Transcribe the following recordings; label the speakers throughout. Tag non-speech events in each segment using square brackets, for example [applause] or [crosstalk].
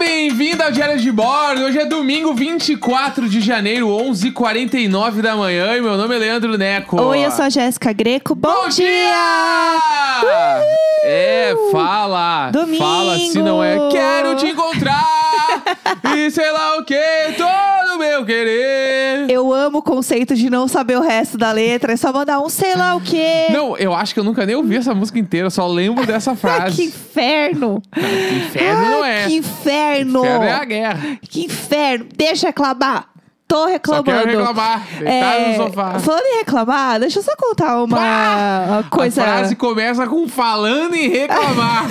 Speaker 1: Bem-vindo ao Diário de Bordo. Hoje é domingo, 24 de janeiro, 11h49 da manhã. E meu nome é Leandro Neco.
Speaker 2: Oi, eu sou a Jéssica Greco. Bom,
Speaker 1: Bom dia! É, fala.
Speaker 2: Domingo!
Speaker 1: Fala se não é. Quero te
Speaker 2: [laughs]
Speaker 1: encontrar. e sei lá o que, todo meu querer.
Speaker 2: Eu amo o conceito de não saber o resto da letra, é só mandar um sei lá o quê.
Speaker 1: Não, eu acho que eu nunca nem ouvi essa música inteira, só lembro dessa
Speaker 2: Ah, [laughs] que
Speaker 1: frase.
Speaker 2: inferno!
Speaker 1: inferno
Speaker 2: Ah,
Speaker 1: não é.
Speaker 2: Que inferno!
Speaker 1: Inferno é a guerra.
Speaker 2: Que inferno! Deixa eu reclamar! Tô
Speaker 1: Só
Speaker 2: reclamando.
Speaker 1: quero reclamar. Deitar
Speaker 2: É,
Speaker 1: no sofá.
Speaker 2: Falando em reclamar, deixa eu só contar uma uma coisa.
Speaker 1: A frase começa com falando em
Speaker 2: [laughs]
Speaker 1: reclamar.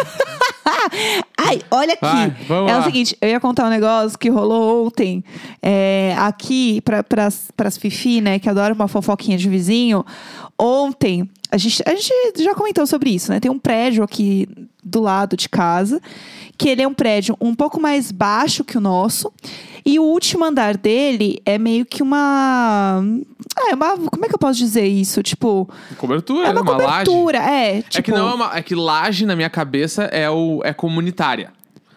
Speaker 2: Ai, olha aqui.
Speaker 1: Vai, vamos
Speaker 2: é
Speaker 1: lá.
Speaker 2: o seguinte, eu ia contar um negócio que rolou ontem é, aqui pra, pras, pras Fifi, né? Que adoram uma fofoquinha de vizinho. Ontem, a gente, a gente já comentou sobre isso, né? Tem um prédio aqui do lado de casa, que ele é um prédio um pouco mais baixo que o nosso. E o último andar dele é meio que uma. Ah, é uma. Como é que eu posso dizer isso? Tipo.
Speaker 1: cobertura,
Speaker 2: É
Speaker 1: né?
Speaker 2: uma
Speaker 1: uma laje.
Speaker 2: cobertura, é. Tipo,
Speaker 1: É que não é uma. É que laje na minha cabeça é, o, é comunitária.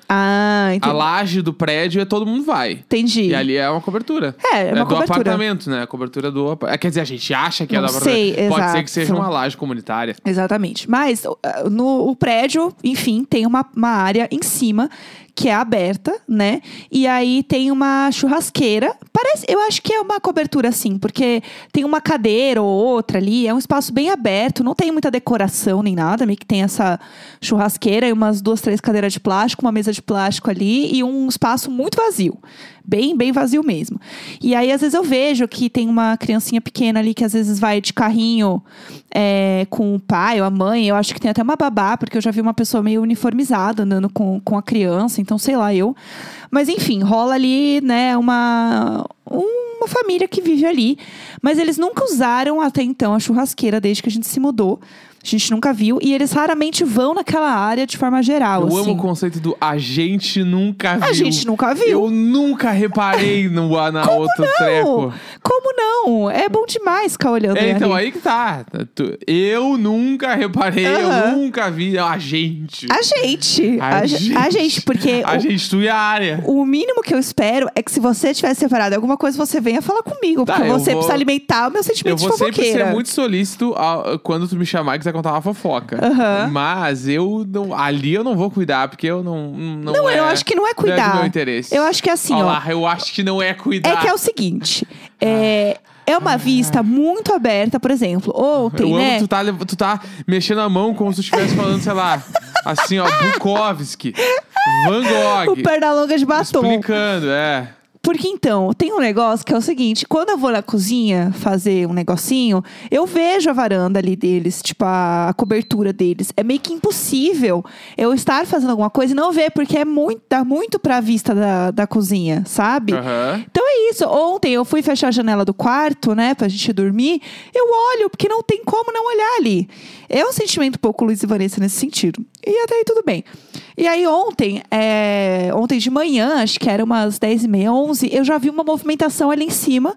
Speaker 2: Ah, entendi.
Speaker 1: A laje do prédio é todo mundo vai.
Speaker 2: entendi.
Speaker 1: E ali é uma cobertura.
Speaker 2: É, é uma
Speaker 1: do
Speaker 2: cobertura.
Speaker 1: apartamento, né? A cobertura do apartamento. Quer dizer, a gente acha que é
Speaker 2: Não
Speaker 1: da
Speaker 2: sei,
Speaker 1: apartamento. Pode ser
Speaker 2: exato.
Speaker 1: que seja uma laje comunitária.
Speaker 2: Exatamente. Mas o- ah, no o prédio, enfim, tem uma, uma área em cima que é aberta, né? E aí tem uma churrasqueira. Parece, eu acho que é uma cobertura assim, porque tem uma cadeira ou outra ali, é um espaço bem aberto, não tem muita decoração nem nada, meio que tem essa churrasqueira e umas duas, três cadeiras de plástico, uma mesa de plástico ali e um espaço muito vazio. Bem, bem vazio mesmo. E aí, às vezes, eu vejo que tem uma criancinha pequena ali que às vezes vai de carrinho é, com o pai ou a mãe. Eu acho que tem até uma babá, porque eu já vi uma pessoa meio uniformizada andando com, com a criança, então sei lá, eu. Mas enfim, rola ali, né, uma. Uma família que vive ali. Mas eles nunca usaram até então a churrasqueira desde que a gente se mudou. A gente nunca viu. E eles raramente vão naquela área de forma geral.
Speaker 1: Eu
Speaker 2: assim.
Speaker 1: amo o conceito do a gente nunca viu.
Speaker 2: A gente nunca viu.
Speaker 1: Eu nunca reparei no, na outra
Speaker 2: Não,
Speaker 1: treco.
Speaker 2: Como não? É bom demais ficar olhando.
Speaker 1: É,
Speaker 2: né,
Speaker 1: então
Speaker 2: Rê?
Speaker 1: aí que tá. Tu- Eu nunca reparei, eu
Speaker 2: Aham.
Speaker 1: nunca vi. A gente.
Speaker 2: A gente.
Speaker 1: A
Speaker 2: A, ge-
Speaker 1: gente.
Speaker 2: a gente, porque
Speaker 1: A
Speaker 2: o,
Speaker 1: gente, tu e a área.
Speaker 2: o mínimo que eu espero é que se você tiver separado alguma coisa, você venha falar comigo.
Speaker 1: Tá,
Speaker 2: porque
Speaker 1: eu
Speaker 2: você
Speaker 1: vou-
Speaker 2: precisa alimentar o meu
Speaker 1: Eu
Speaker 2: sentimento de
Speaker 1: vou sempre
Speaker 2: fofoqueira.
Speaker 1: ser muito solícito ao- quando tu me chamar e quiser contar uma fofoca.
Speaker 2: Aham.
Speaker 1: Mas eu não, ali eu não vou cuidar, porque eu não. Não,
Speaker 2: Não,
Speaker 1: é,
Speaker 2: eu acho que não é
Speaker 1: Não é do
Speaker 2: cuidar.
Speaker 1: meu interesse.
Speaker 2: Eu acho que é assim,
Speaker 1: Olha
Speaker 2: ó.
Speaker 1: lá, eu acho que não é cuidar.
Speaker 2: É que é o seguinte. É, é uma vista muito aberta, por exemplo. Ontem,
Speaker 1: Ah. eu
Speaker 2: né?
Speaker 1: amo tu tá, lev- tu tá mexendo a mão como se tu estivesse falando, sei lá, assim, ó, Bukowski, Van
Speaker 2: O
Speaker 1: Gogh.
Speaker 2: Pernalonga de batom.
Speaker 1: Explicando, é.
Speaker 2: Porque então, tem um negócio que é o seguinte: quando eu vou na cozinha fazer um negocinho, eu vejo a varanda ali deles, tipo a, a cobertura deles. É meio que impossível eu estar fazendo alguma coisa e não ver, porque é muito, dá muito pra vista da, da cozinha, sabe?
Speaker 1: Aham.
Speaker 2: Então é isso. Ontem eu fui fechar a janela do quarto, né, pra gente dormir. Eu olho, porque não tem como não olhar ali. É um sentimento pouco Luiz e Vanessa nesse sentido. E até aí tudo bem. E aí ontem, é, ontem de manhã, acho que era umas 10h30, 11 eu já vi uma movimentação ali em cima,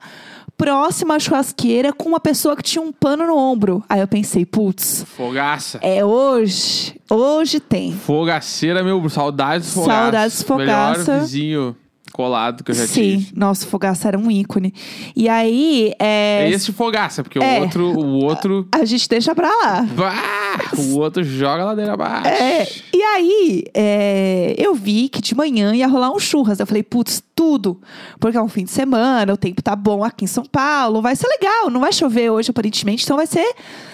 Speaker 2: próxima à churrasqueira, com uma pessoa que tinha um pano no ombro. Aí eu pensei, putz,
Speaker 1: Fogaça.
Speaker 2: é hoje. Hoje tem.
Speaker 1: Fogaceira, meu. Saudades, fogaça.
Speaker 2: Saudades, fogaça.
Speaker 1: Melhor vizinho colado que eu já
Speaker 2: Sim,
Speaker 1: tive.
Speaker 2: nossa, o Fogaça era um ícone. E aí,
Speaker 1: É
Speaker 2: é,
Speaker 1: esse fogaça, porque
Speaker 2: É.
Speaker 1: o outro. O outro.
Speaker 2: a gente deixa pra lá.
Speaker 1: Bah! o outro joga a ladeira abaixo.
Speaker 2: É, e aí, é, eu vi que de manhã ia rolar um churras. Eu falei, putz, tudo. Porque é um fim de semana, o tempo tá bom aqui em São Paulo, vai ser legal, não vai chover hoje, aparentemente, então vai ser,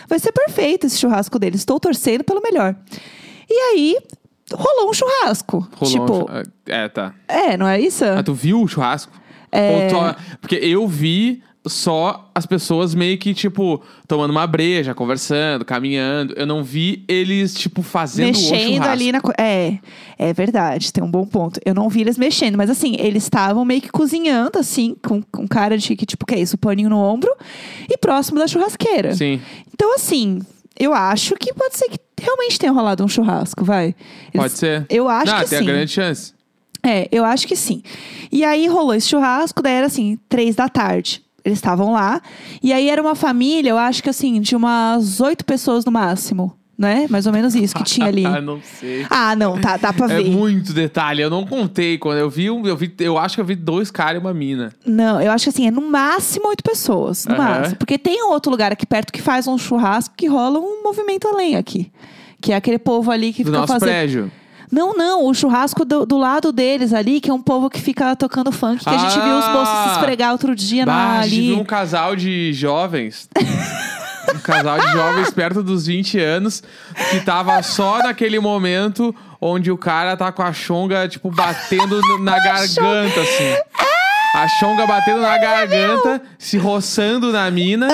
Speaker 2: vai ser perfeito esse churrasco deles. Estou torcendo pelo melhor. E aí, rolou um churrasco.
Speaker 1: Rolou
Speaker 2: tipo,
Speaker 1: um chu- É, tá.
Speaker 2: é, não é isso?
Speaker 1: Ah, tu viu o churrasco? É... Porque eu vi só as pessoas meio que, tipo, tomando uma breja, conversando, caminhando. Eu não vi eles, tipo, fazendo o
Speaker 2: mexendo
Speaker 1: churrasco.
Speaker 2: ali na. co- É, é verdade, tem um bom ponto. Eu não vi eles mexendo, mas assim, eles estavam meio que cozinhando, assim, com, com cara de que, tipo, que é isso? Paninho no ombro e próximo da churrasqueira.
Speaker 1: Sim.
Speaker 2: Então, assim, eu acho que pode ser que realmente tenha rolado um churrasco, vai. Eles-
Speaker 1: Pode ser.
Speaker 2: Eu acho
Speaker 1: não,
Speaker 2: que
Speaker 1: tem
Speaker 2: sim.
Speaker 1: a grande chance.
Speaker 2: É, eu acho que sim. E aí rolou esse churrasco, daí era assim, três da tarde. Eles estavam lá. E aí era uma família, eu acho que assim, de umas oito pessoas no máximo. né? Mais ou menos isso que tinha ali.
Speaker 1: [laughs] Ah, não sei.
Speaker 2: Ah, não, tá, dá pra
Speaker 1: É
Speaker 2: ver.
Speaker 1: muito detalhe, eu não contei quando eu vi, um- eu vi, eu acho que eu vi dois caras e uma mina.
Speaker 2: Não, eu acho que assim, é no máximo oito pessoas. No
Speaker 1: Aham.
Speaker 2: máximo. Porque tem um outro lugar aqui perto que faz um churrasco que rola um movimento além aqui. Que é aquele povo ali que
Speaker 1: Do
Speaker 2: fica
Speaker 1: nosso
Speaker 2: fazendo.
Speaker 1: prédio.
Speaker 2: Não, não, o churrasco do, do lado deles ali, que é um povo que fica tocando funk, que a gente
Speaker 1: Ah!
Speaker 2: viu os moços se esfregar outro dia na,
Speaker 1: Bah, a gente
Speaker 2: ali.
Speaker 1: viu um casal de
Speaker 2: [laughs]
Speaker 1: jovens. um casal de jovens perto dos 20 anos que tava só naquele momento onde o cara tá com a chonga, tipo,
Speaker 2: [laughs]
Speaker 1: batendo no- na garganta, assim.
Speaker 2: Ah!
Speaker 1: A chonga batendo na garganta, se roçando na mina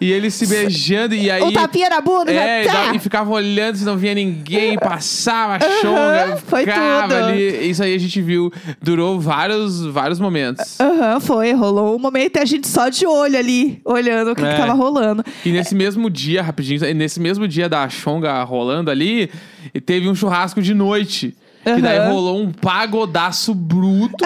Speaker 1: e eles se beijando. E aí.
Speaker 2: Um tapinha na bunda,
Speaker 1: É, e
Speaker 2: já tá.
Speaker 1: dava- e ficava olhando se não vinha ninguém, passava, chonga,
Speaker 2: foi
Speaker 1: ficava
Speaker 2: tudo.
Speaker 1: ali. Isso aí a gente viu, durou vários, vários momentos.
Speaker 2: Aham, foi, rolou um momento e a gente só de olho ali, olhando o que,
Speaker 1: É.
Speaker 2: que tava rolando.
Speaker 1: E nesse mesmo dia, rapidinho, nesse mesmo dia da Xonga rolando ali, e teve um churrasco de noite. E daí
Speaker 2: Aham.
Speaker 1: rolou um pagodaço bruto.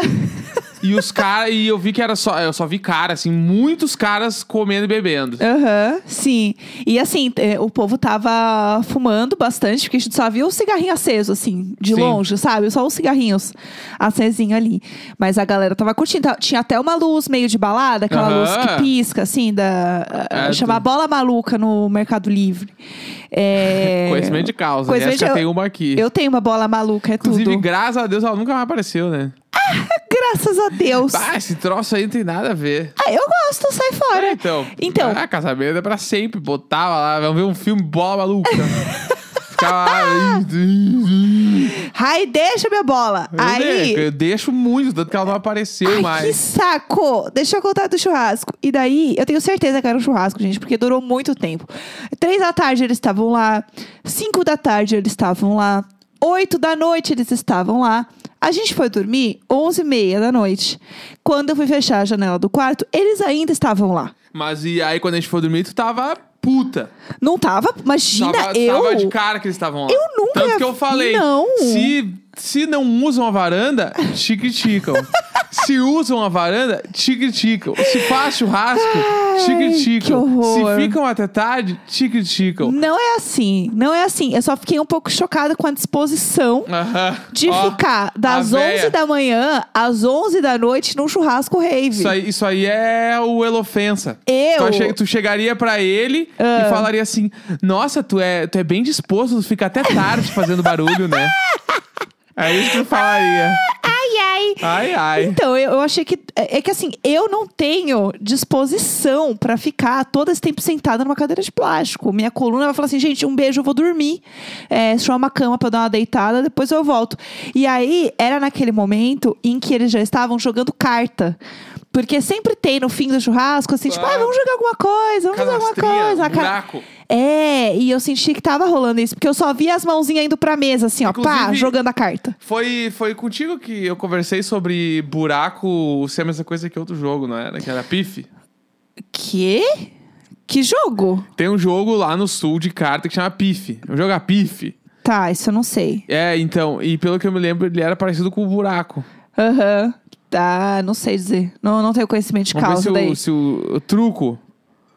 Speaker 1: e os caras. E eu vi que era só. Eu só vi cara, assim, muitos caras comendo e bebendo.
Speaker 2: Aham, sim. E assim, é, o povo tava fumando bastante, porque a gente só via um cigarrinho aceso, assim, de
Speaker 1: Sim.
Speaker 2: longe, sabe? Só uns cigarrinhos acesinho ali. Mas a galera tava curtindo. Tá- Tinha até uma luz meio de balada, aquela
Speaker 1: Aham.
Speaker 2: luz que pisca, assim, da.
Speaker 1: É,
Speaker 2: chama
Speaker 1: do-
Speaker 2: bola maluca no Mercado Livre.
Speaker 1: [laughs]
Speaker 2: É...
Speaker 1: Conhecimento de causa. né?
Speaker 2: Conhecimento
Speaker 1: Jéssica
Speaker 2: de-
Speaker 1: tem uma aqui.
Speaker 2: Eu tenho uma bola maluca, é
Speaker 1: Inclusive,
Speaker 2: tudo.
Speaker 1: graças a Deus, ela nunca mais apareceu, né?
Speaker 2: Graças a Deus.
Speaker 1: Ah, esse troço aí não tem nada a ver.
Speaker 2: Ah, eu gosto, sai fora.
Speaker 1: Então.
Speaker 2: Então.
Speaker 1: Ah, casamento é pra sempre. Botava lá, vamos ver um filme bola maluca.
Speaker 2: [laughs]
Speaker 1: Ficava lá.
Speaker 2: Ai, deixa minha bola.
Speaker 1: Eu,
Speaker 2: Aí.
Speaker 1: deixo, é eu deixo muito, tanto que ela não apareceu
Speaker 2: Ai, que
Speaker 1: mais.
Speaker 2: saco! Deixa eu contar do churrasco. E daí, eu tenho certeza que era um churrasco, gente, porque durou muito tempo. Três da tarde eles estavam lá, cinco da tarde eles estavam lá, oito da noite eles estavam lá. A gente foi dormir onze e meia da noite. Quando eu fui fechar a janela do quarto, eles ainda estavam lá.
Speaker 1: Mas e aí, quando a gente foi dormir, tu tava puta.
Speaker 2: Não tava, imagina
Speaker 1: tava,
Speaker 2: eu.
Speaker 1: tava de cara que eles estavam lá.
Speaker 2: Eu nunca
Speaker 1: Tanto
Speaker 2: ia-
Speaker 1: que eu falei.
Speaker 2: Não.
Speaker 1: Se, se não usam a varanda, te
Speaker 2: [laughs]
Speaker 1: criticam. se usam a varanda, te criticam. Se faz churrasco, te
Speaker 2: Ai, que
Speaker 1: criticam.
Speaker 2: horror.
Speaker 1: Se ficam até tarde, te criticam.
Speaker 2: Não é assim, não é assim. Eu só fiquei um pouco chocada com a disposição
Speaker 1: Aham.
Speaker 2: de
Speaker 1: Ó,
Speaker 2: ficar das
Speaker 1: a
Speaker 2: 11
Speaker 1: véia.
Speaker 2: da manhã às 11 da noite num churrasco rave.
Speaker 1: Isso aí, isso aí é o elofensa.
Speaker 2: Eu? Ah.
Speaker 1: Tu, ache- tu chegaria pra ele e falaria assim: Nossa, tu é, tu é bem disposto, tu fica até tarde fazendo barulho, né?
Speaker 2: [laughs]
Speaker 1: É isso que tu falaria.
Speaker 2: Ai, ai.
Speaker 1: Ai, ai.
Speaker 2: Então, eu, eu achei que. É é que assim, eu não tenho disposição pra ficar todo esse tempo sentada numa cadeira de plástico. Minha coluna vai falar assim: gente, um beijo, eu vou dormir. É, chamar uma cama pra eu dar uma deitada, depois eu volto. E aí, era naquele momento em que eles já estavam jogando carta. Porque sempre tem no fim do churrasco, assim, tipo,
Speaker 1: Ah.
Speaker 2: ah, vamos jogar alguma coisa, vamos fazer alguma
Speaker 1: Cadastrinha,
Speaker 2: coisa. A ca-
Speaker 1: um buraco.
Speaker 2: É, e eu senti que tava rolando isso, porque eu só via as mãozinhas indo pra mesa, assim, ó, pá,
Speaker 1: Inclusive-
Speaker 2: jogando a carta.
Speaker 1: Foi, foi contigo que eu conversei sobre buraco ser a mesma coisa que outro jogo, não era? Que era pife.
Speaker 2: Que? Que jogo?
Speaker 1: Tem um jogo lá no sul de carta que chama pife. Eu É um jogo a pife.
Speaker 2: Tá, isso eu não sei.
Speaker 1: É, então, e pelo que eu me lembro, ele era parecido com o buraco.
Speaker 2: Aham. Tá, não sei dizer. Não, não tenho conhecimento de
Speaker 1: Vamos ver se
Speaker 2: causa daí.
Speaker 1: o, se o- o truco.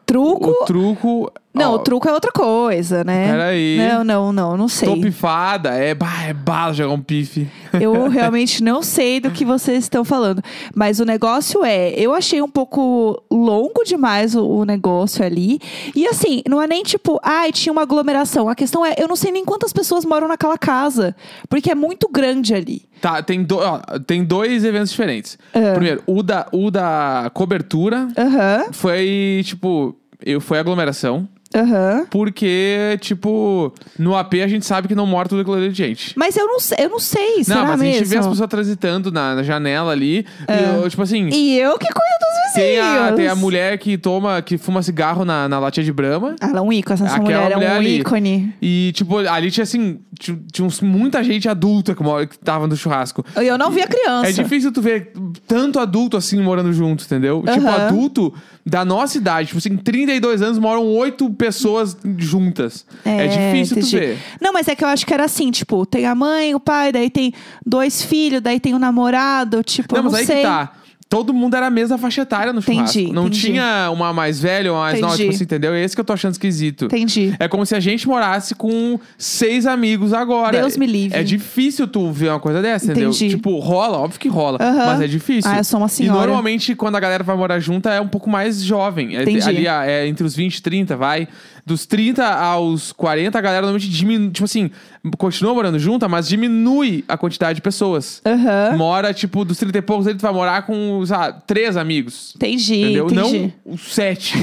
Speaker 2: Truco?
Speaker 1: O truco.
Speaker 2: Não,
Speaker 1: ó,
Speaker 2: o truco é outra coisa, né?
Speaker 1: Peraí.
Speaker 2: Não, não, não, não sei.
Speaker 1: Topifada, é, bah, é bala jogar um pife. [laughs]
Speaker 2: Eu realmente não sei do que vocês estão falando. Mas o negócio é, eu achei um pouco longo demais o, o negócio ali. E assim, não é nem tipo, ai, tinha uma aglomeração. A questão é, eu não sei nem quantas pessoas moram naquela casa. Porque é muito grande ali.
Speaker 1: Tá, tem, do- ó, tem dois eventos diferentes.
Speaker 2: É.
Speaker 1: Primeiro, o da, o da cobertura
Speaker 2: Aham,
Speaker 1: foi, tipo, eu, foi aglomeração.
Speaker 2: aham.
Speaker 1: Porque, tipo, no AP a gente sabe que não mora tudo aquilo ali de gente.
Speaker 2: Mas eu não, sei- eu não sei, será
Speaker 1: não, mas a
Speaker 2: mesmo? É.
Speaker 1: gente vê as pessoas transitando na, na janela ali. E eu, tipo assim,
Speaker 2: E eu que cuido dos vizinhos.
Speaker 1: tem a, tem a mulher que toma, que fuma cigarro na, na latinha de brama.
Speaker 2: Ela é um ícone, essa
Speaker 1: Aquela
Speaker 2: mulher é um
Speaker 1: mulher ali.
Speaker 2: ícone.
Speaker 1: E, tipo, ali tinha assim, ti- tinha uns- muita gente adulta que, mora- que tava no churrasco.
Speaker 2: E Eu não vi a criança.
Speaker 1: É difícil tu ver tanto adulto assim morando junto, entendeu? Tipo,
Speaker 2: Aham.
Speaker 1: adulto da nossa idade, tipo assim, 32 anos moram oito pessoas juntas. É, difícil tu
Speaker 2: entendi.
Speaker 1: ver.
Speaker 2: Não, mas é que eu acho que era assim, tipo, tem a mãe, o pai, daí tem dois filhos, daí tem o namorado, tipo, eu
Speaker 1: não, mas aí
Speaker 2: sei.
Speaker 1: que tá. Todo mundo era a mesma faixa etária no
Speaker 2: Entendi,
Speaker 1: churrasco. Não
Speaker 2: entendi.
Speaker 1: tinha uma mais velha, uma mais nova,
Speaker 2: Entendi.
Speaker 1: tipo, você entendeu? É esse que eu tô achando esquisito.
Speaker 2: Entendi.
Speaker 1: É como se a gente morasse com seis amigos agora.
Speaker 2: Deus me livre.
Speaker 1: É difícil tu ver uma coisa dessa, entendeu?
Speaker 2: Entendi.
Speaker 1: Tipo, rola, óbvio que rola,
Speaker 2: Aham.
Speaker 1: mas é difícil.
Speaker 2: Ah, eu sou uma
Speaker 1: e
Speaker 2: senhora.
Speaker 1: normalmente, quando a galera vai morar junta, é um pouco mais jovem. É,
Speaker 2: Entendi.
Speaker 1: ali ah, é, entre os 20 e 30, vai. Dos 30 aos 40, a galera normalmente diminui. Tipo assim, continua morando junta, mas diminui a quantidade de pessoas.
Speaker 2: Aham.
Speaker 1: Mora, tipo, dos 30 e poucos, ele vai morar com, sei lá, três amigos.
Speaker 2: Entendi,
Speaker 1: entendeu?
Speaker 2: entendi.
Speaker 1: Não os sete.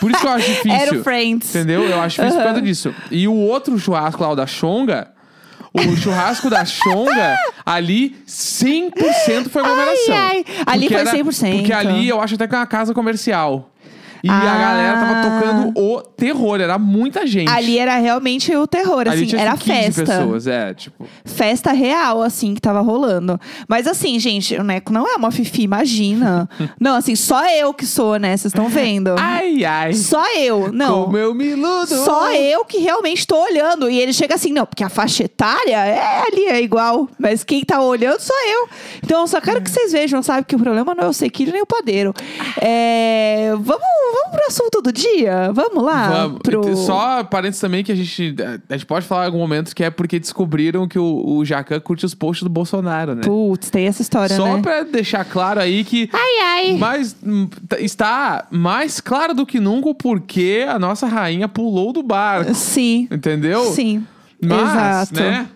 Speaker 1: Por isso que eu acho difícil.
Speaker 2: [laughs] Era o Friends.
Speaker 1: Entendeu? Eu acho difícil por causa disso. E o outro churrasco lá, o da Xonga, o churrasco da
Speaker 2: [laughs]
Speaker 1: Xonga, ali 100% foi aglomeração.
Speaker 2: Ai, ai. Ali
Speaker 1: Porque
Speaker 2: foi
Speaker 1: era-
Speaker 2: 100%.
Speaker 1: Porque ali eu acho até que é uma casa comercial. E
Speaker 2: Ah.
Speaker 1: a galera tava tocando o terror, era muita gente.
Speaker 2: Ali era realmente o terror,
Speaker 1: Ali
Speaker 2: assim,
Speaker 1: tinha
Speaker 2: era
Speaker 1: assim, 15
Speaker 2: festa.
Speaker 1: pessoas, é, tipo.
Speaker 2: Festa real, assim, que tava rolando. Mas assim, gente, o Neco não é uma fifi,
Speaker 1: [laughs]
Speaker 2: imagina. não, assim, só eu que sou, né? Vocês estão vendo?
Speaker 1: Ai, ai.
Speaker 2: Só eu, não.
Speaker 1: Como eu me iludo.
Speaker 2: Só eu que realmente tô olhando. E ele chega assim, não, porque a faixa etária é ali, é igual. Mas quem tá olhando sou eu. Então, eu só quero que vocês vejam, sabe? Que o problema não é o sequilho nem o padeiro. É, vamos, vamos pro assunto do dia? Vamos lá?
Speaker 1: Vamos.
Speaker 2: Pro...
Speaker 1: Só parênteses também que a gente. A gente pode falar em algum momento que é porque descobriram que o, o Jacan curte os posts do Bolsonaro, né?
Speaker 2: Putz, tem essa história,
Speaker 1: Só
Speaker 2: né?
Speaker 1: pra deixar claro aí que.
Speaker 2: Ai, ai.
Speaker 1: Mas hum, t- está mais claro do que nunca o porquê a nossa rainha pulou do
Speaker 2: [laughs]
Speaker 1: barco.
Speaker 2: Sim,
Speaker 1: Entendeu?
Speaker 2: sim.
Speaker 1: Mas,
Speaker 2: Exato.
Speaker 1: né?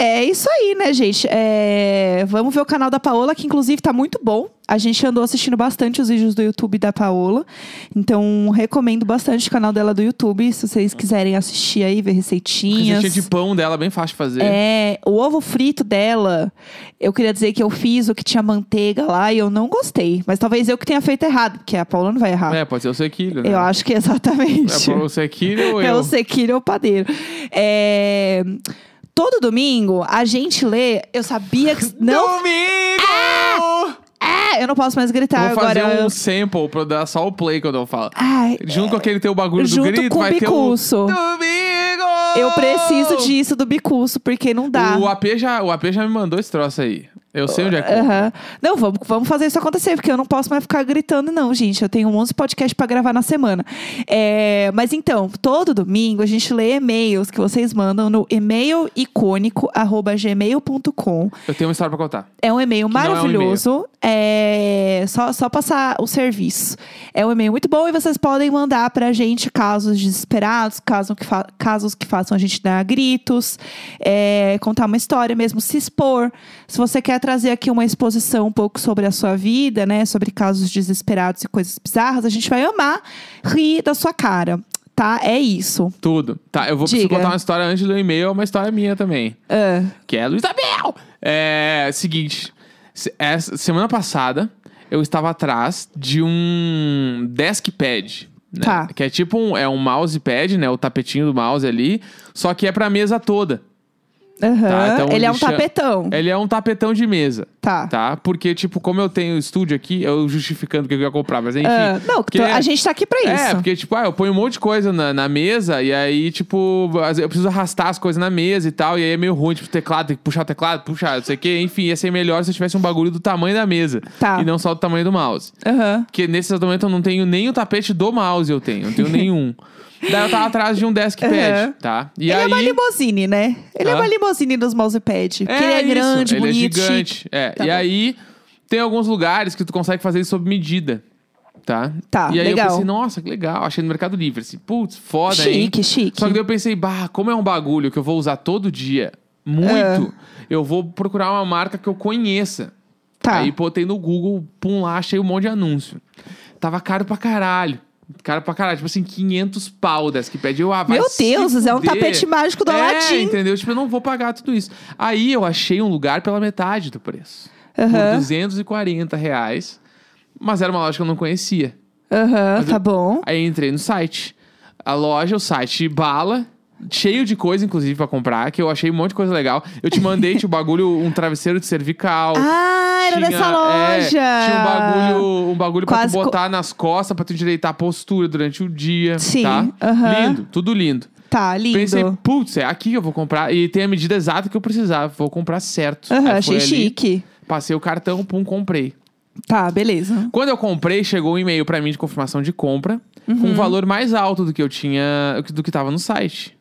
Speaker 2: É, isso aí, né, gente? É, vamos ver o canal da Paola, que inclusive tá muito bom. A gente andou assistindo bastante os vídeos do YouTube da Paola. Então, recomendo bastante o canal dela do YouTube. Se vocês quiserem assistir aí, ver receitinhas.
Speaker 1: Receitinha de pão dela, bem fácil de fazer.
Speaker 2: É, o ovo frito dela, eu queria dizer que eu fiz o que tinha manteiga lá e eu não gostei. Mas talvez eu que tenha feito errado, porque a Paola não vai errar.
Speaker 1: É, pode ser o sequilho, né?
Speaker 2: Eu acho que exatamente.
Speaker 1: É pra o sequilho ou
Speaker 2: É
Speaker 1: eu.
Speaker 2: o Sequilho ou o Padeiro. É, Todo domingo a gente lê. Eu sabia
Speaker 1: [laughs]
Speaker 2: que. Não.
Speaker 1: Domingo!
Speaker 2: É, eu não posso mais gritar
Speaker 1: Vou fazer
Speaker 2: agora.
Speaker 1: um sample pra dar só o play quando eu falo.
Speaker 2: Ai,
Speaker 1: Junto com aquele teu bagulho
Speaker 2: junto
Speaker 1: do grito,
Speaker 2: com o
Speaker 1: vai ter
Speaker 2: bicuço.
Speaker 1: o. Domingo!
Speaker 2: eu preciso disso do bicurso, porque não dá.
Speaker 1: O AP, já, o AP já me mandou esse troço aí. Eu sei onde é que.
Speaker 2: Aham. Não, vamos, vamos fazer isso acontecer, porque eu não posso mais ficar gritando, não, gente. Eu tenho 11 podcasts pra gravar na semana. É, mas então, todo domingo a gente lê e-mails que vocês mandam no e-mailicônico.gmail.com.
Speaker 1: Eu tenho uma história pra contar.
Speaker 2: É um e-mail
Speaker 1: não é um
Speaker 2: maravilhoso. É, só, só passar o serviço. É um e-mail muito bom e vocês podem mandar pra gente casos desesperados, casos que, fa- casos que façam a gente dar gritos, é, contar uma história mesmo, se expor. Se você quer trazer aqui uma exposição um pouco sobre a sua vida, né? Sobre casos desesperados e coisas bizarras, a gente vai amar rir da sua cara. Tá? É isso.
Speaker 1: Tudo. Tá, eu vou preciso
Speaker 2: Diga.
Speaker 1: contar uma história antes do e-mail, é uma história minha também.
Speaker 2: Ah,
Speaker 1: Que é Luiz Abel! É. Seguinte. se- essa- semana passada, eu estava atrás de um deskpad. Né?
Speaker 2: Tá.
Speaker 1: Que é tipo um, é um mousepad, né? O tapetinho do mouse ali. Só que é pra mesa toda.
Speaker 2: aham.
Speaker 1: Tá, então
Speaker 2: Ele é um
Speaker 1: deixa-
Speaker 2: tapetão.
Speaker 1: Ele é um tapetão de mesa.
Speaker 2: Tá.
Speaker 1: Tá? Porque, tipo, como eu tenho estúdio aqui, eu justificando o que eu ia comprar, mas enfim.
Speaker 2: Ah, não,
Speaker 1: porque
Speaker 2: tô- a gente tá aqui pra isso.
Speaker 1: É, porque, tipo, ah, eu ponho um monte de coisa na, na mesa e aí, tipo, às vezes eu preciso arrastar as coisas na mesa e tal. E aí é meio ruim, tipo, teclado, tem que puxar o teclado, puxar, não sei o quê. Enfim, ia ser melhor se eu tivesse um bagulho do tamanho da mesa.
Speaker 2: Tá.
Speaker 1: E não só do tamanho do mouse.
Speaker 2: Aham.
Speaker 1: Porque nesse exato momento eu não tenho nem o tapete do mouse, eu tenho, eu não
Speaker 2: [laughs]
Speaker 1: tenho nenhum. Daí eu tava atrás de um deskpad,
Speaker 2: Aham.
Speaker 1: tá? E
Speaker 2: ele
Speaker 1: aí.
Speaker 2: é uma limousine, né? Ele é
Speaker 1: Hã?
Speaker 2: uma limousine dos mousepad. Porque ele é
Speaker 1: isso,
Speaker 2: grande,
Speaker 1: ele
Speaker 2: bonito,
Speaker 1: é
Speaker 2: chique.
Speaker 1: gigante. É.
Speaker 2: Tá
Speaker 1: e
Speaker 2: bom.
Speaker 1: aí, tem alguns lugares que tu consegue fazer isso sob medida. Tá?
Speaker 2: Tá,
Speaker 1: E aí
Speaker 2: legal.
Speaker 1: eu pensei, nossa, que legal. Achei no Mercado Livre. Assim, putz, foda, hein?
Speaker 2: Chique, chique.
Speaker 1: Só que daí eu pensei, bah, como é um bagulho que eu vou usar todo dia, muito,
Speaker 2: É.
Speaker 1: eu vou procurar uma marca que eu conheça.
Speaker 2: Tá.
Speaker 1: Aí botei no Google, pum lá, achei um monte de anúncio. Tava caro pra caralho. Caro pra caralho, tipo assim, 500 pau das que pede. Eu, ah, vai
Speaker 2: Meu
Speaker 1: se
Speaker 2: Deus, é um
Speaker 1: fuder.
Speaker 2: tapete mágico do
Speaker 1: é,
Speaker 2: Aladdin.
Speaker 1: entendeu? Tipo, eu não vou pagar tudo isso. Aí eu achei um lugar pela metade do preço. Por
Speaker 2: Aham,
Speaker 1: 240 reais. Mas era uma loja que eu não conhecia.
Speaker 2: aham, tá bom.
Speaker 1: Aí entrei no site. A loja, o site bala, cheio de coisa, inclusive, pra comprar, que eu achei um monte de coisa legal. Eu te mandei, tinha o bagulho, um travesseiro de cervical.
Speaker 2: Ah, era
Speaker 1: Tinha-
Speaker 2: dessa
Speaker 1: é,
Speaker 2: loja.
Speaker 1: tinha um bagulho, um bagulho pra tu
Speaker 2: Quase co-
Speaker 1: botar nas costas, pra tu endireitar a postura durante o dia.
Speaker 2: Sim,
Speaker 1: Tá?
Speaker 2: aham.
Speaker 1: Lindo, tudo lindo.
Speaker 2: Tá, lindo.
Speaker 1: Pensei, putz, é aqui que eu vou comprar. E tem a medida exata que eu precisava. Vou comprar certo.
Speaker 2: Aham,
Speaker 1: Aí fui
Speaker 2: achei
Speaker 1: ali,
Speaker 2: chique.
Speaker 1: Passei o cartão, pum, comprei.
Speaker 2: Tá, beleza.
Speaker 1: Quando eu comprei, chegou um e-mail pra mim de confirmação de compra, com um
Speaker 2: Uhum.
Speaker 1: valor mais alto do que eu tinha, do que tava no site.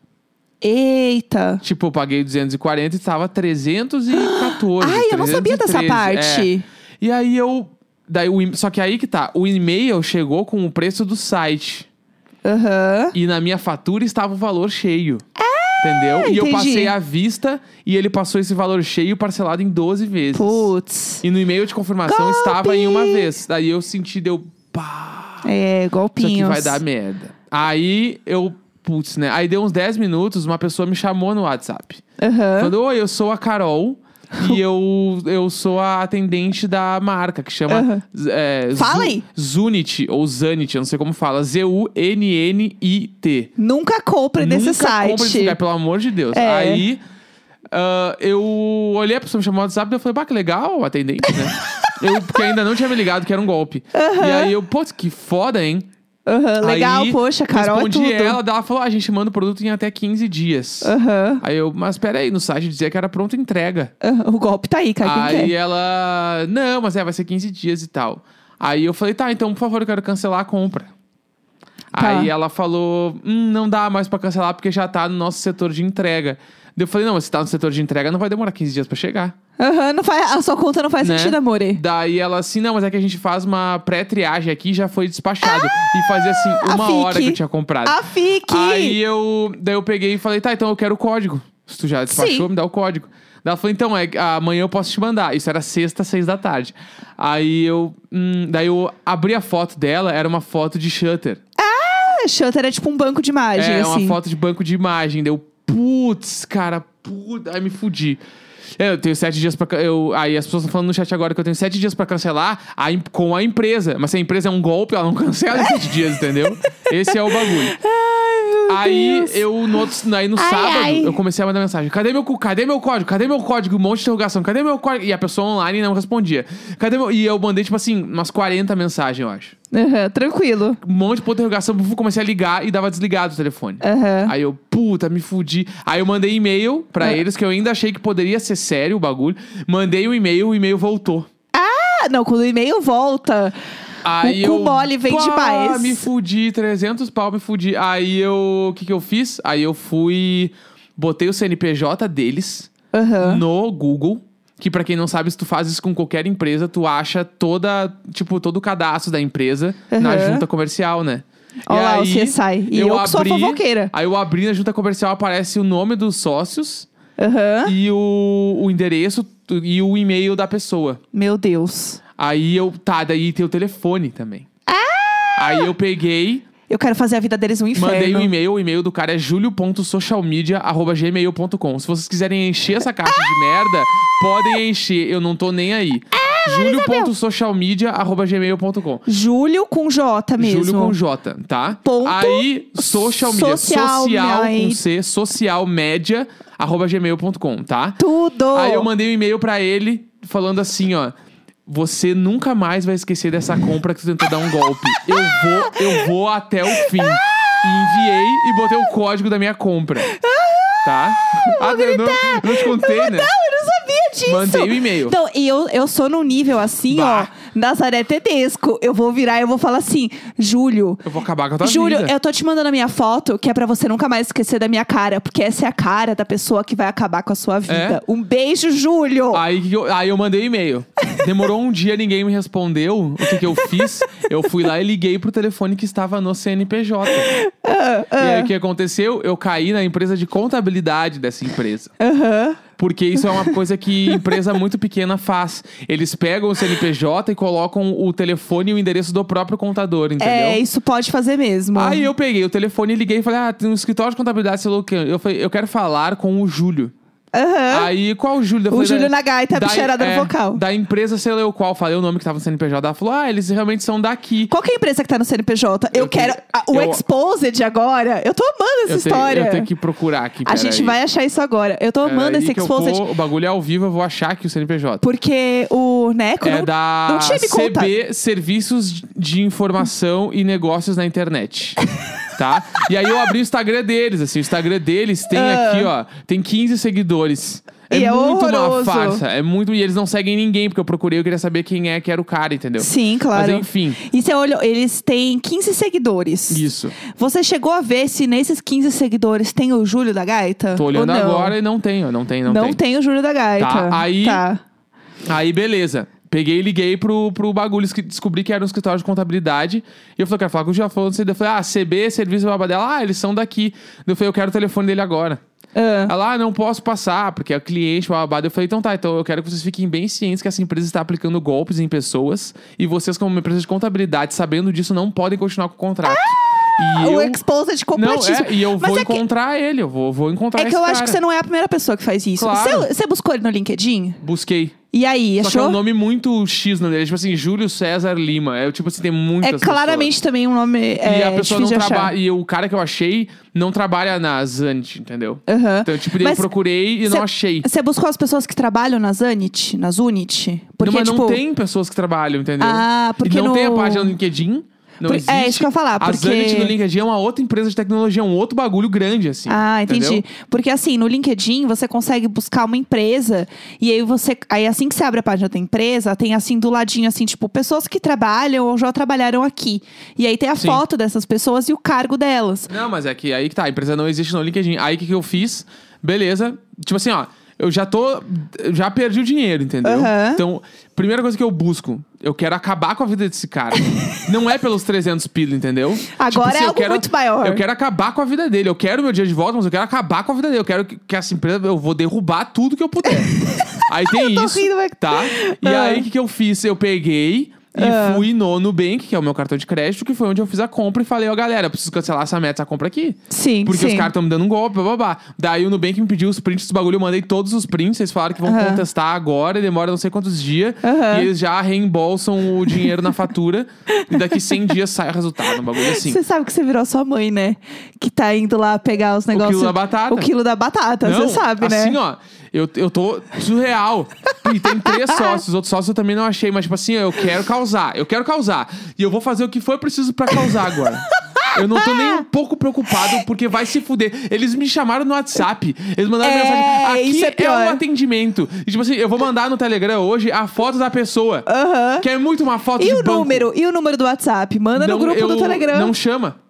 Speaker 2: Eita.
Speaker 1: Tipo, eu paguei 240 e tava 314.
Speaker 2: Ai, eu não sabia dessa
Speaker 1: 313, é.
Speaker 2: parte.
Speaker 1: E aí eu. Daí o, e- só que aí que tá. O e-mail chegou com o preço do site.
Speaker 2: Aham.
Speaker 1: E na minha fatura estava o valor cheio. entendeu? E eu
Speaker 2: É, entendi.
Speaker 1: passei à vista e ele passou esse valor cheio parcelado em 12 vezes.
Speaker 2: Putz.
Speaker 1: E no e-mail de confirmação
Speaker 2: Golpe!
Speaker 1: estava em uma vez. Daí eu senti, deu. Pá!
Speaker 2: É,
Speaker 1: Isso
Speaker 2: golpinhos.
Speaker 1: aqui vai dar merda. Aí eu. Putz, né? Aí deu uns 10 minutos, uma pessoa me chamou no WhatsApp.
Speaker 2: Aham.
Speaker 1: Falando, oi, eu sou a
Speaker 2: [laughs]
Speaker 1: Carol. e eu, eu sou a atendente da marca, que chama...
Speaker 2: Aham.
Speaker 1: Z- é,
Speaker 2: Fala
Speaker 1: Zu-
Speaker 2: aí.
Speaker 1: Zunit, ou Zanit, eu não sei como fala. Z-U-N-N-I-T.
Speaker 2: Nunca compre
Speaker 1: Nunca
Speaker 2: desse site.
Speaker 1: compra desse lugar, pelo amor de Deus.
Speaker 2: É.
Speaker 1: Aí, ah, eu olhei, a pessoa me chamou no WhatsApp, daí eu falei, bah, que legal, o atendente,
Speaker 2: [laughs]
Speaker 1: né? eu, porque ainda não tinha me ligado que era um golpe. E aí eu, pô, que foda, hein?
Speaker 2: Aham, legal,
Speaker 1: Aí,
Speaker 2: poxa, Carol
Speaker 1: respondi
Speaker 2: é tudo.
Speaker 1: ela, daí ela falou, "Ah, a gente manda o produto em até 15 dias.
Speaker 2: Aham.
Speaker 1: Aí eu, mas peraí, no site dizia que era pronta entrega.
Speaker 2: aham. O golpe tá aí, cara. Quem
Speaker 1: Aí
Speaker 2: quer?
Speaker 1: ela, não, mas é, vai ser 15 dias e tal. Aí eu falei, tá, então por favor, eu quero cancelar a compra.
Speaker 2: Tá.
Speaker 1: Aí ela falou, hum, não dá mais pra cancelar porque já tá no nosso setor de entrega. Daí Eu falei, não, mas se tá no setor de entrega, não vai demorar 15 dias pra chegar.
Speaker 2: Aham, não faz, a sua conta não faz
Speaker 1: Né?
Speaker 2: sentido, amore.
Speaker 1: Daí ela assim, não, mas é que a gente faz uma pré-triagem aqui e já foi despachado. e fazia assim,
Speaker 2: Ah! a
Speaker 1: uma
Speaker 2: FIC.
Speaker 1: hora que eu tinha comprado.
Speaker 2: A FIC!
Speaker 1: Aí eu, daí eu peguei e falei, tá, então eu quero o código. Se tu já despachou,
Speaker 2: Sim.
Speaker 1: me dá o código. Daí ela falou, então, é, amanhã eu posso te mandar. Isso era sexta, seis da tarde. Aí eu, hum, daí eu abri a foto dela, era uma foto de shutter.
Speaker 2: Ah, Shutter é tipo um banco de imagem,
Speaker 1: é,
Speaker 2: assim.
Speaker 1: uma foto de banco de imagem. Deu, putz, cara, putz, aí me fudi. É, Eu tenho sete dias pra. can- Eu, aí as pessoas estão falando no chat agora que eu tenho sete dias pra cancelar a im- com a empresa. Mas se a empresa é um golpe, ela não cancela em
Speaker 2: [laughs]
Speaker 1: sete dias, entendeu? Esse é o bagulho. Aí
Speaker 2: Deus.
Speaker 1: eu no, outro- aí no
Speaker 2: Ai,
Speaker 1: sábado
Speaker 2: ai.
Speaker 1: eu comecei a mandar mensagem. Cadê meu, cu- cadê meu código? Cadê meu código? Um monte de interrogação. Cadê meu código? E a pessoa online não respondia. Cadê meu? E eu mandei, tipo assim, umas 40 mensagens, eu acho.
Speaker 2: Aham, tranquilo.
Speaker 1: Um monte de ponto de interrogação. Eu comecei a ligar e dava desligado o telefone.
Speaker 2: Aham.
Speaker 1: Aí eu, puta, me fudi. Aí eu mandei e-mail pra
Speaker 2: Ah.
Speaker 1: eles, que eu ainda achei que poderia ser sério o bagulho. Mandei o e-mail, o e-mail voltou.
Speaker 2: Ah, não, quando o e-mail volta.
Speaker 1: Aí
Speaker 2: O cu
Speaker 1: eu,
Speaker 2: mole vem
Speaker 1: pá,
Speaker 2: demais.
Speaker 1: me fudi, 300 pau, me fudi. Aí eu, o que que eu fiz? Aí eu fui, botei o CNPJ deles
Speaker 2: Aham.
Speaker 1: no Google. Que pra quem não sabe, se tu faz isso com qualquer empresa, tu acha toda, tipo, todo o cadastro da empresa na
Speaker 2: Aham.
Speaker 1: junta comercial, né?
Speaker 2: Olha
Speaker 1: e
Speaker 2: lá o
Speaker 1: aí,
Speaker 2: CSI. E eu, que sou a fofoqueira.
Speaker 1: Aí eu abri na junta comercial, aparece o nome dos sócios
Speaker 2: Aham.
Speaker 1: e o, o endereço tu- e o e-mail da pessoa.
Speaker 2: Meu Deus.
Speaker 1: Aí eu. Tá, daí tem o telefone também.
Speaker 2: Ah!
Speaker 1: Aí eu peguei,
Speaker 2: Eu quero fazer a vida deles um inferno.
Speaker 1: mandei o e-mail. O e-mail do cara é julio.socialmedia.gmail.com. Se vocês quiserem encher essa caixa de merda, podem encher. Eu não tô nem aí. julio.socialmedia.gmail.com.
Speaker 2: Júlio com J mesmo.
Speaker 1: Júlio com J, tá?
Speaker 2: Ponto
Speaker 1: Aí, social media,
Speaker 2: social
Speaker 1: social,
Speaker 2: med-
Speaker 1: com C, social média, arroba gmail.com, tá?
Speaker 2: Tudo.
Speaker 1: Aí eu mandei um e-mail pra ele falando assim, ó. Você nunca mais vai esquecer dessa compra que tu tentou dar um golpe. Eu vou, eu vou até o fim. E enviei e botei o código da minha compra. Tá? Ah, eu não, não te contei, né?
Speaker 2: Ah, Eu não sabia disso.
Speaker 1: Mandei o e-mail.
Speaker 2: Não, e eu, eu sou num nível assim,
Speaker 1: Bah.
Speaker 2: ó, Nazaré Tedesco. Eu vou virar e eu vou falar assim, Júlio.
Speaker 1: Eu vou acabar com a tua
Speaker 2: Júlio,
Speaker 1: vida.
Speaker 2: eu tô te mandando a minha foto, que é pra você nunca mais esquecer da minha cara, porque essa é a cara da pessoa que vai acabar com a
Speaker 1: É.
Speaker 2: sua vida. Um beijo, Júlio!
Speaker 1: Aí, que eu, aí eu mandei um e-mail. Demorou um dia, ninguém me respondeu. O que, que eu fiz? Eu fui lá e liguei pro telefone que estava no CNPJ. E
Speaker 2: Ah.
Speaker 1: aí o que aconteceu? Eu caí na empresa de contabilidade dessa empresa. Porque isso é
Speaker 2: [laughs]
Speaker 1: uma coisa que empresa muito pequena faz. Eles pegam o CNPJ e colocam o telefone e o endereço do próprio contador, entendeu?
Speaker 2: é, isso pode fazer mesmo.
Speaker 1: Aí eu peguei o telefone e liguei e falei: Ah, tem um escritório de contabilidade, sei lá o quê. Eu falei, eu quero falar com o Júlio. Aí, qual o Júlio? Eu
Speaker 2: O
Speaker 1: falei,
Speaker 2: Júlio
Speaker 1: "Da-
Speaker 2: na gaita, a
Speaker 1: da-
Speaker 2: bicharada no
Speaker 1: é,
Speaker 2: vocal.
Speaker 1: Da empresa, sei lá o qual, falei o nome que tava no CNPJ. Ela falou: Ah, eles realmente são daqui.
Speaker 2: Qual que é a empresa que tá no CNPJ? Eu,
Speaker 1: Eu tenho-
Speaker 2: quero a- o
Speaker 1: eu-
Speaker 2: Exposed agora. Eu tô amando essa
Speaker 1: eu, tenho-
Speaker 2: história.
Speaker 1: eu tenho que procurar aqui.
Speaker 2: A gente vai achar isso agora. Eu tô
Speaker 1: É,
Speaker 2: amando esse Exposed.
Speaker 1: O bagulho é ao vivo, eu vou achar aqui o CNPJ.
Speaker 2: Porque o Neco
Speaker 1: é
Speaker 2: não,
Speaker 1: da
Speaker 2: não tinha me contado.
Speaker 1: CB Serviços de Informação e Negócios na Internet. Tá? E aí eu abri o Instagram deles, assim, o Instagram deles tem
Speaker 2: Ah.
Speaker 1: aqui, ó, tem 15 seguidores. É
Speaker 2: E é
Speaker 1: muito uma
Speaker 2: horroroso.
Speaker 1: farsa. É muito. E eles não seguem ninguém, porque eu procurei, eu queria saber quem é que era o cara, entendeu?
Speaker 2: Sim,
Speaker 1: Mas
Speaker 2: claro.
Speaker 1: enfim,
Speaker 2: E você olhou, eles têm 15 seguidores.
Speaker 1: isso.
Speaker 2: Você chegou a ver se nesses 15 seguidores tem o Júlio da Gaita?
Speaker 1: Tô olhando
Speaker 2: Ou não?
Speaker 1: agora e não tenho, não tenho, não,
Speaker 2: Não, tem.
Speaker 1: tenho.
Speaker 2: o Júlio da Gaita.
Speaker 1: Tá, aí-
Speaker 2: Tá.
Speaker 1: Aí, beleza. Peguei e liguei pro, pro bagulho, esque- descobri que era um escritório de contabilidade. E eu falei, quero falar com o Gia Falou, não sei. daí Eu falei, ah, CB, serviço babá dela. Ah, eles são daqui. Daí Eu falei, eu quero o telefone dele agora.
Speaker 2: Ah,
Speaker 1: Ela, ah, não posso passar, porque é o cliente, babá. Eu falei, então tá, então eu quero que vocês fiquem bem cientes que essa empresa está aplicando golpes em pessoas. E vocês, como uma empresa de contabilidade, sabendo disso, não podem continuar com o contrato. e
Speaker 2: Ah, O
Speaker 1: eu...
Speaker 2: Exposed
Speaker 1: Não,
Speaker 2: completíssimo.
Speaker 1: é, e eu
Speaker 2: Mas
Speaker 1: vou
Speaker 2: é que,
Speaker 1: encontrar ele, eu vou, vou encontrar
Speaker 2: é que
Speaker 1: esse
Speaker 2: eu
Speaker 1: cara.
Speaker 2: acho que você não é a primeira pessoa que faz isso.
Speaker 1: Claro.
Speaker 2: Você, você buscou ele no LinkedIn?
Speaker 1: Busquei.
Speaker 2: E aí,
Speaker 1: Só que é
Speaker 2: achou?
Speaker 1: um nome muito X no dele. Tipo assim, Júlio César Lima. É tipo assim, tem muitas
Speaker 2: é claramente também um nome
Speaker 1: pessoas.
Speaker 2: é,
Speaker 1: E a pessoa não
Speaker 2: difícil de achar.
Speaker 1: trabalha. E o cara que eu achei não trabalha na Zante, entendeu?
Speaker 2: Aham.
Speaker 1: Então, tipo, daí eu
Speaker 2: Mas
Speaker 1: procurei e
Speaker 2: cê-
Speaker 1: não achei.
Speaker 2: Você buscou as pessoas que trabalham nas Zanit, nas Unit? Porque,
Speaker 1: não, mas
Speaker 2: tipo,
Speaker 1: não tem pessoas que trabalham, entendeu?
Speaker 2: Ah, porque
Speaker 1: e não
Speaker 2: no-
Speaker 1: tem a página no LinkedIn. Não
Speaker 2: Por- é,
Speaker 1: existe.
Speaker 2: isso que eu ia falar,
Speaker 1: A
Speaker 2: porque-
Speaker 1: Zanit no LinkedIn é uma outra empresa de tecnologia, é um outro bagulho grande, assim.
Speaker 2: Ah, entendi.
Speaker 1: entendeu?
Speaker 2: Porque assim, no LinkedIn você consegue buscar uma empresa e aí você, aí assim que você abre a página da empresa, tem assim do ladinho assim, tipo, pessoas que trabalham ou já trabalharam aqui. E aí tem a
Speaker 1: Sim.
Speaker 2: foto dessas pessoas e o cargo delas.
Speaker 1: Não, mas é que aí que tá, a empresa não existe no LinkedIn. Aí o que, que eu fiz? Beleza. Tipo assim, ó, eu já tô. eu Já perdi o dinheiro, entendeu?
Speaker 2: Aham.
Speaker 1: Então, primeira coisa que eu busco, eu quero acabar com a vida desse
Speaker 2: [laughs]
Speaker 1: cara. não é pelos 300 pila, entendeu?
Speaker 2: Agora
Speaker 1: Tipo assim,
Speaker 2: é
Speaker 1: eu
Speaker 2: algo
Speaker 1: quero-
Speaker 2: muito maior.
Speaker 1: Eu quero acabar com a vida dele. Eu quero meu dia de volta, mas eu quero acabar com a vida dele. Eu quero que, que essa empresa. Eu vou derrubar tudo que eu
Speaker 2: [laughs]
Speaker 1: puder. aí tem
Speaker 2: tô
Speaker 1: isso.
Speaker 2: rindo, mas-
Speaker 1: Tá? E
Speaker 2: Ah.
Speaker 1: aí o que, que eu fiz? Eu peguei. E
Speaker 2: Ah.
Speaker 1: fui no Nubank, que é o meu cartão de crédito, que foi onde eu fiz a compra e falei, ó, galera, eu preciso cancelar essa meta, essa compra aqui.
Speaker 2: Sim,
Speaker 1: Porque
Speaker 2: sim.
Speaker 1: os caras estão me dando um golpe, babá. Daí o Nubank me pediu os prints dos bagulho, eu mandei todos os prints, vocês falaram que vão
Speaker 2: Aham.
Speaker 1: contestar agora, demora não sei quantos dias,
Speaker 2: Aham.
Speaker 1: e eles já reembolsam o dinheiro na fatura, e daqui 100 dias sai o resultado, um bagulho assim.
Speaker 2: Você sabe que você virou sua mãe, né? Que tá indo lá pegar os negócios.
Speaker 1: quilo da batata.
Speaker 2: O quilo da batata,
Speaker 1: Não,
Speaker 2: você sabe, né?
Speaker 1: Assim, ó, eu, eu tô surreal. E tem
Speaker 2: [laughs]
Speaker 1: três sócios, os outros sócios eu também não achei, mas tipo assim, eu quero causar, eu quero causar. E eu vou fazer o que for preciso pra causar agora. Eu não tô nem
Speaker 2: [laughs]
Speaker 1: um pouco preocupado, porque vai se fuder. Eles me chamaram no WhatsApp, eles mandaram
Speaker 2: É,
Speaker 1: mensagem. Aqui
Speaker 2: isso é
Speaker 1: é,
Speaker 2: pior.
Speaker 1: um atendimento. E tipo assim, eu vou mandar no Telegram hoje a foto da pessoa.
Speaker 2: Aham.
Speaker 1: Que é muito uma foto
Speaker 2: E
Speaker 1: de
Speaker 2: o
Speaker 1: banco.
Speaker 2: número? E o número do WhatsApp? Manda
Speaker 1: Não,
Speaker 2: no grupo
Speaker 1: eu-
Speaker 2: do Telegram.
Speaker 1: Não chama.